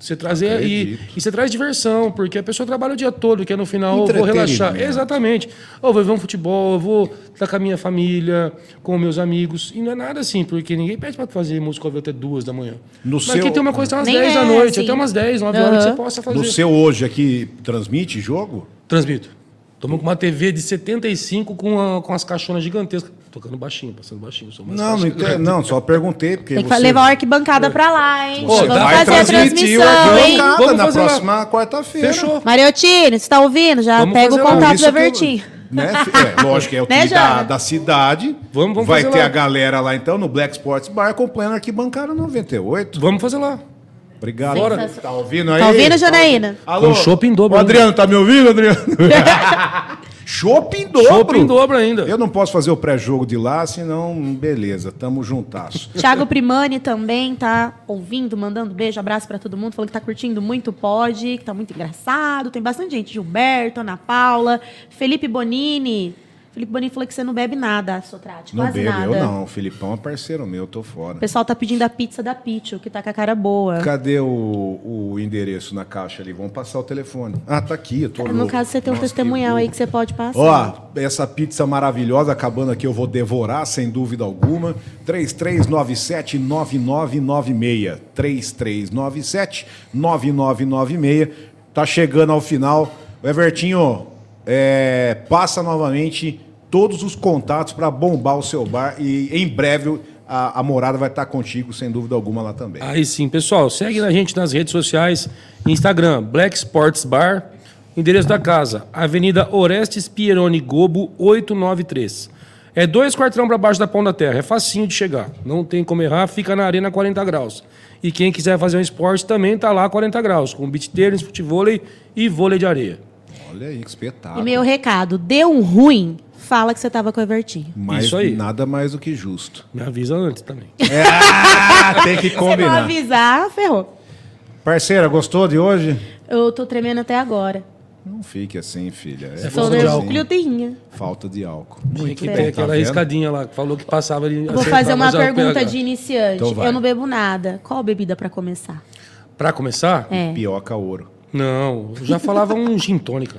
Speaker 4: Você trazer e,
Speaker 2: Acredito.
Speaker 4: e você traz diversão, porque a pessoa trabalha o dia todo, que é no final, "Ô, vou relaxar.
Speaker 2: Entretenimento.
Speaker 4: Exatamente. Ou vou ver um futebol, eu vou estar com a minha família, com meus amigos. E não é nada assim, porque ninguém pede para fazer música ao vivo até duas da manhã.
Speaker 2: No
Speaker 4: Mas
Speaker 2: seu-
Speaker 4: aqui tem uma coisa até umas
Speaker 3: Nem
Speaker 4: 10 da
Speaker 3: é
Speaker 4: noite,
Speaker 3: assim.
Speaker 4: até umas 10, 9 horas que
Speaker 3: Aham.
Speaker 4: você possa fazer.
Speaker 2: No seu hoje aqui, transmite jogo?
Speaker 4: Transmito. Tomou com uma TV de 75 com, a- com as caixonas gigantescas. Tocando baixinho, passando baixinho. Sou mais
Speaker 2: Não, então é não,
Speaker 4: baixo.
Speaker 2: entendo, não, só perguntei, porque
Speaker 3: Tem que
Speaker 2: você...
Speaker 3: levar a arquibancada pra lá, hein?
Speaker 2: Ô,
Speaker 3: Vamos
Speaker 2: vai
Speaker 3: fazer a
Speaker 2: transmitir o
Speaker 3: transmissão, hein?
Speaker 2: arquibancada
Speaker 4: Vamos
Speaker 2: na
Speaker 4: fazer lá.
Speaker 2: próxima quarta-feira.
Speaker 4: Fechou.
Speaker 3: Mariotini, você tá ouvindo? Já
Speaker 4: Vamos
Speaker 3: pega o
Speaker 4: fazer
Speaker 2: Por
Speaker 4: lá. Tá,
Speaker 3: contato
Speaker 2: isso
Speaker 3: do
Speaker 2: que eu-
Speaker 3: Evertinho.
Speaker 2: Né?
Speaker 3: <laughs>
Speaker 2: É, lógico, é o
Speaker 3: Né,
Speaker 2: time da,
Speaker 3: Jana?
Speaker 2: da cidade.
Speaker 4: Vamos- vamos
Speaker 2: Vai
Speaker 4: fazer
Speaker 2: ter
Speaker 4: lá.
Speaker 2: a galera lá, então, no Black Sports Bar, acompanhando a arquibancada 98.
Speaker 4: <laughs> Vamos fazer lá.
Speaker 2: Obrigado.
Speaker 4: Bora.
Speaker 2: Tá ouvindo aí?
Speaker 3: Tá ouvindo, Janaína?
Speaker 2: Alô?
Speaker 4: Com chopp em dobro, né?
Speaker 2: Ô, Adriano, tá me ouvindo,
Speaker 4: <laughs>
Speaker 2: Adriano? chopp em dobro.
Speaker 4: Chopp em dobro ainda.
Speaker 2: Eu não posso fazer o pré-jogo de lá, senão, beleza, tamo
Speaker 3: <laughs>
Speaker 2: juntasso.
Speaker 3: Thiago Primani também tá ouvindo, mandando beijo, abraço pra todo mundo, falou que tá curtindo muito o pod, que tá muito engraçado. Tem bastante gente, Gilberto, Ana Paula, Felipe Bonini. Felipe Bonini falou que você não bebe nada, Sotrate,
Speaker 2: Não
Speaker 3: quase
Speaker 2: bebo,
Speaker 3: nada.
Speaker 2: eu não. O Filipão é parceiro meu, tô fora.
Speaker 3: O pessoal tá pedindo a pizza da Pichu, que tá com a cara boa.
Speaker 2: Cadê o, o endereço na caixa ali? Vamos passar o telefone. Ah, tá aqui, eu tô
Speaker 3: no
Speaker 2: louco.
Speaker 3: caso, você tem um
Speaker 2: Nossa, que
Speaker 3: testemunhal aí
Speaker 2: burro.
Speaker 3: que você pode passar.
Speaker 2: Ó, essa pizza maravilhosa acabando aqui, eu vou devorar, sem dúvida alguma. 3397-9996. 3397-9996. Tá chegando ao final. Evertinho, é, passa novamente todos os contatos para bombar o seu bar e em breve a, a morada vai estar contigo, sem dúvida alguma, lá também.
Speaker 4: Aí sim, pessoal, segue a gente nas redes sociais, Instagram, Black Sports Bar, endereço da casa, Avenida Orestes Pieroni Gobo, 893. É dois quarteirão para baixo da Pão da Terra, é facinho de chegar, não tem como errar, fica na Arena 40 graus. E quem quiser fazer um esporte também tá lá 40 graus, com beach tênis, futevôlei e vôlei de areia.
Speaker 2: Olha aí, que espetáculo.
Speaker 3: E meu recado, deu um ruim, fala que você tava com o Evertinho.
Speaker 2: Mas
Speaker 4: Isso aí.
Speaker 2: nada mais do que justo.
Speaker 4: Me avisa
Speaker 3: <laughs>
Speaker 4: antes também.
Speaker 2: <laughs> Ah, tem que
Speaker 3: Se não
Speaker 2: combinar.
Speaker 3: avisar, ferrou.
Speaker 2: Parceira, gostou de hoje?
Speaker 3: Eu tô tremendo até agora.
Speaker 2: Não fique assim, filha. É
Speaker 3: Sou
Speaker 4: falta de álcool.
Speaker 3: nervosinha.
Speaker 2: Falta de álcool.
Speaker 4: Tem que
Speaker 3: bem.
Speaker 4: ter
Speaker 2: Tá
Speaker 4: aquela
Speaker 2: vendo?
Speaker 4: riscadinha lá, que falou que passava ali.
Speaker 3: Vou fazer uma
Speaker 4: é
Speaker 3: pergunta de iniciante.
Speaker 2: Então vai.
Speaker 3: eu não bebo nada. Qual bebida pra começar?
Speaker 4: Pra começar?
Speaker 3: É,
Speaker 2: Pioca ouro.
Speaker 4: Não, eu já falava um
Speaker 3: <laughs>
Speaker 4: gin tônica.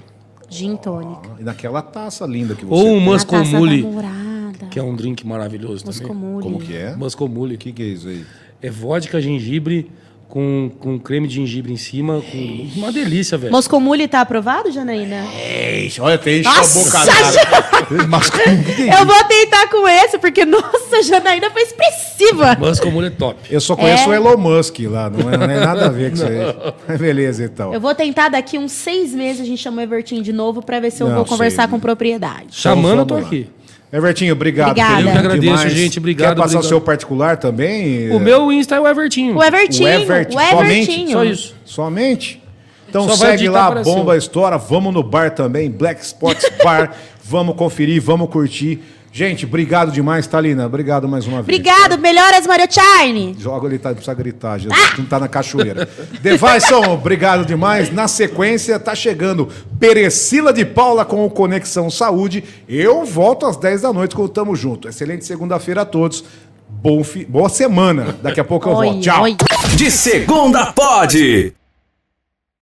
Speaker 3: gin tônica.
Speaker 2: Ah, E naquela taça linda que você
Speaker 4: Ou um
Speaker 2: tem.
Speaker 4: muscomule,
Speaker 3: namorada.
Speaker 4: que é um drink maravilhoso também.
Speaker 3: Muscomule.
Speaker 2: Como que é? O
Speaker 4: Muscomule.
Speaker 2: que, que é isso aí?
Speaker 4: É vodka, gengibre, com, com creme de gengibre em cima. com- Uma delícia, velho.
Speaker 3: Muscomule tá aprovado, Janaína?
Speaker 2: é? olha, tem
Speaker 3: a Nossa, boca d'água.
Speaker 2: Mas
Speaker 3: Eu vou tentar com esse, porque, nossa, a Janaína foi expressiva.
Speaker 4: Muscomule é top.
Speaker 2: <laughs> Eu só conheço o Elon Musk lá, não é, não é nada a ver com isso aí. Mas <laughs> Beleza, então.
Speaker 3: Eu vou tentar daqui uns seis meses a gente chama o Evertinho de novo pra ver se eu
Speaker 2: Não,
Speaker 3: vou conversar
Speaker 2: sei.
Speaker 3: com propriedade.
Speaker 4: Chamando, eu
Speaker 2: vamos
Speaker 4: tô
Speaker 2: lá.
Speaker 4: aqui.
Speaker 2: Evertinho, obrigado.
Speaker 3: Obrigada.
Speaker 2: querido,
Speaker 3: Eu que
Speaker 4: agradeço,
Speaker 2: demais.
Speaker 4: gente, obrigado,
Speaker 2: Quer passar o
Speaker 4: obrigado.
Speaker 2: seu particular também?
Speaker 4: O meu Insta é o Evertinho.
Speaker 3: O Evertinho, o
Speaker 2: Everton,
Speaker 3: Evertinho.
Speaker 2: somente?
Speaker 4: Só isso.
Speaker 2: Somente? Então
Speaker 4: Só vai
Speaker 2: segue
Speaker 4: digitar,
Speaker 2: lá,
Speaker 4: apareceu.
Speaker 2: bomba estoura, vamos no bar também, Black Sports
Speaker 4: <laughs>
Speaker 2: Bar, vamos conferir, vamos curtir. Gente, obrigado demais, Thalina, obrigado mais uma vez.
Speaker 3: Obrigado, melhoras, Mario Charne.
Speaker 2: Joga ele, tá, precisa gritar, Jesus, não tá na cachoeira. Devaison, obrigado demais. Na sequência, tá chegando Perecila de Paula com o Conexão Saúde. Eu volto às 10 da noite com o Tamo Junto. Excelente segunda-feira a todos. Bom fi- Boa semana. Daqui a pouco eu
Speaker 3: Oi,
Speaker 2: volto. Tchau.
Speaker 3: oi.
Speaker 8: De segunda pode.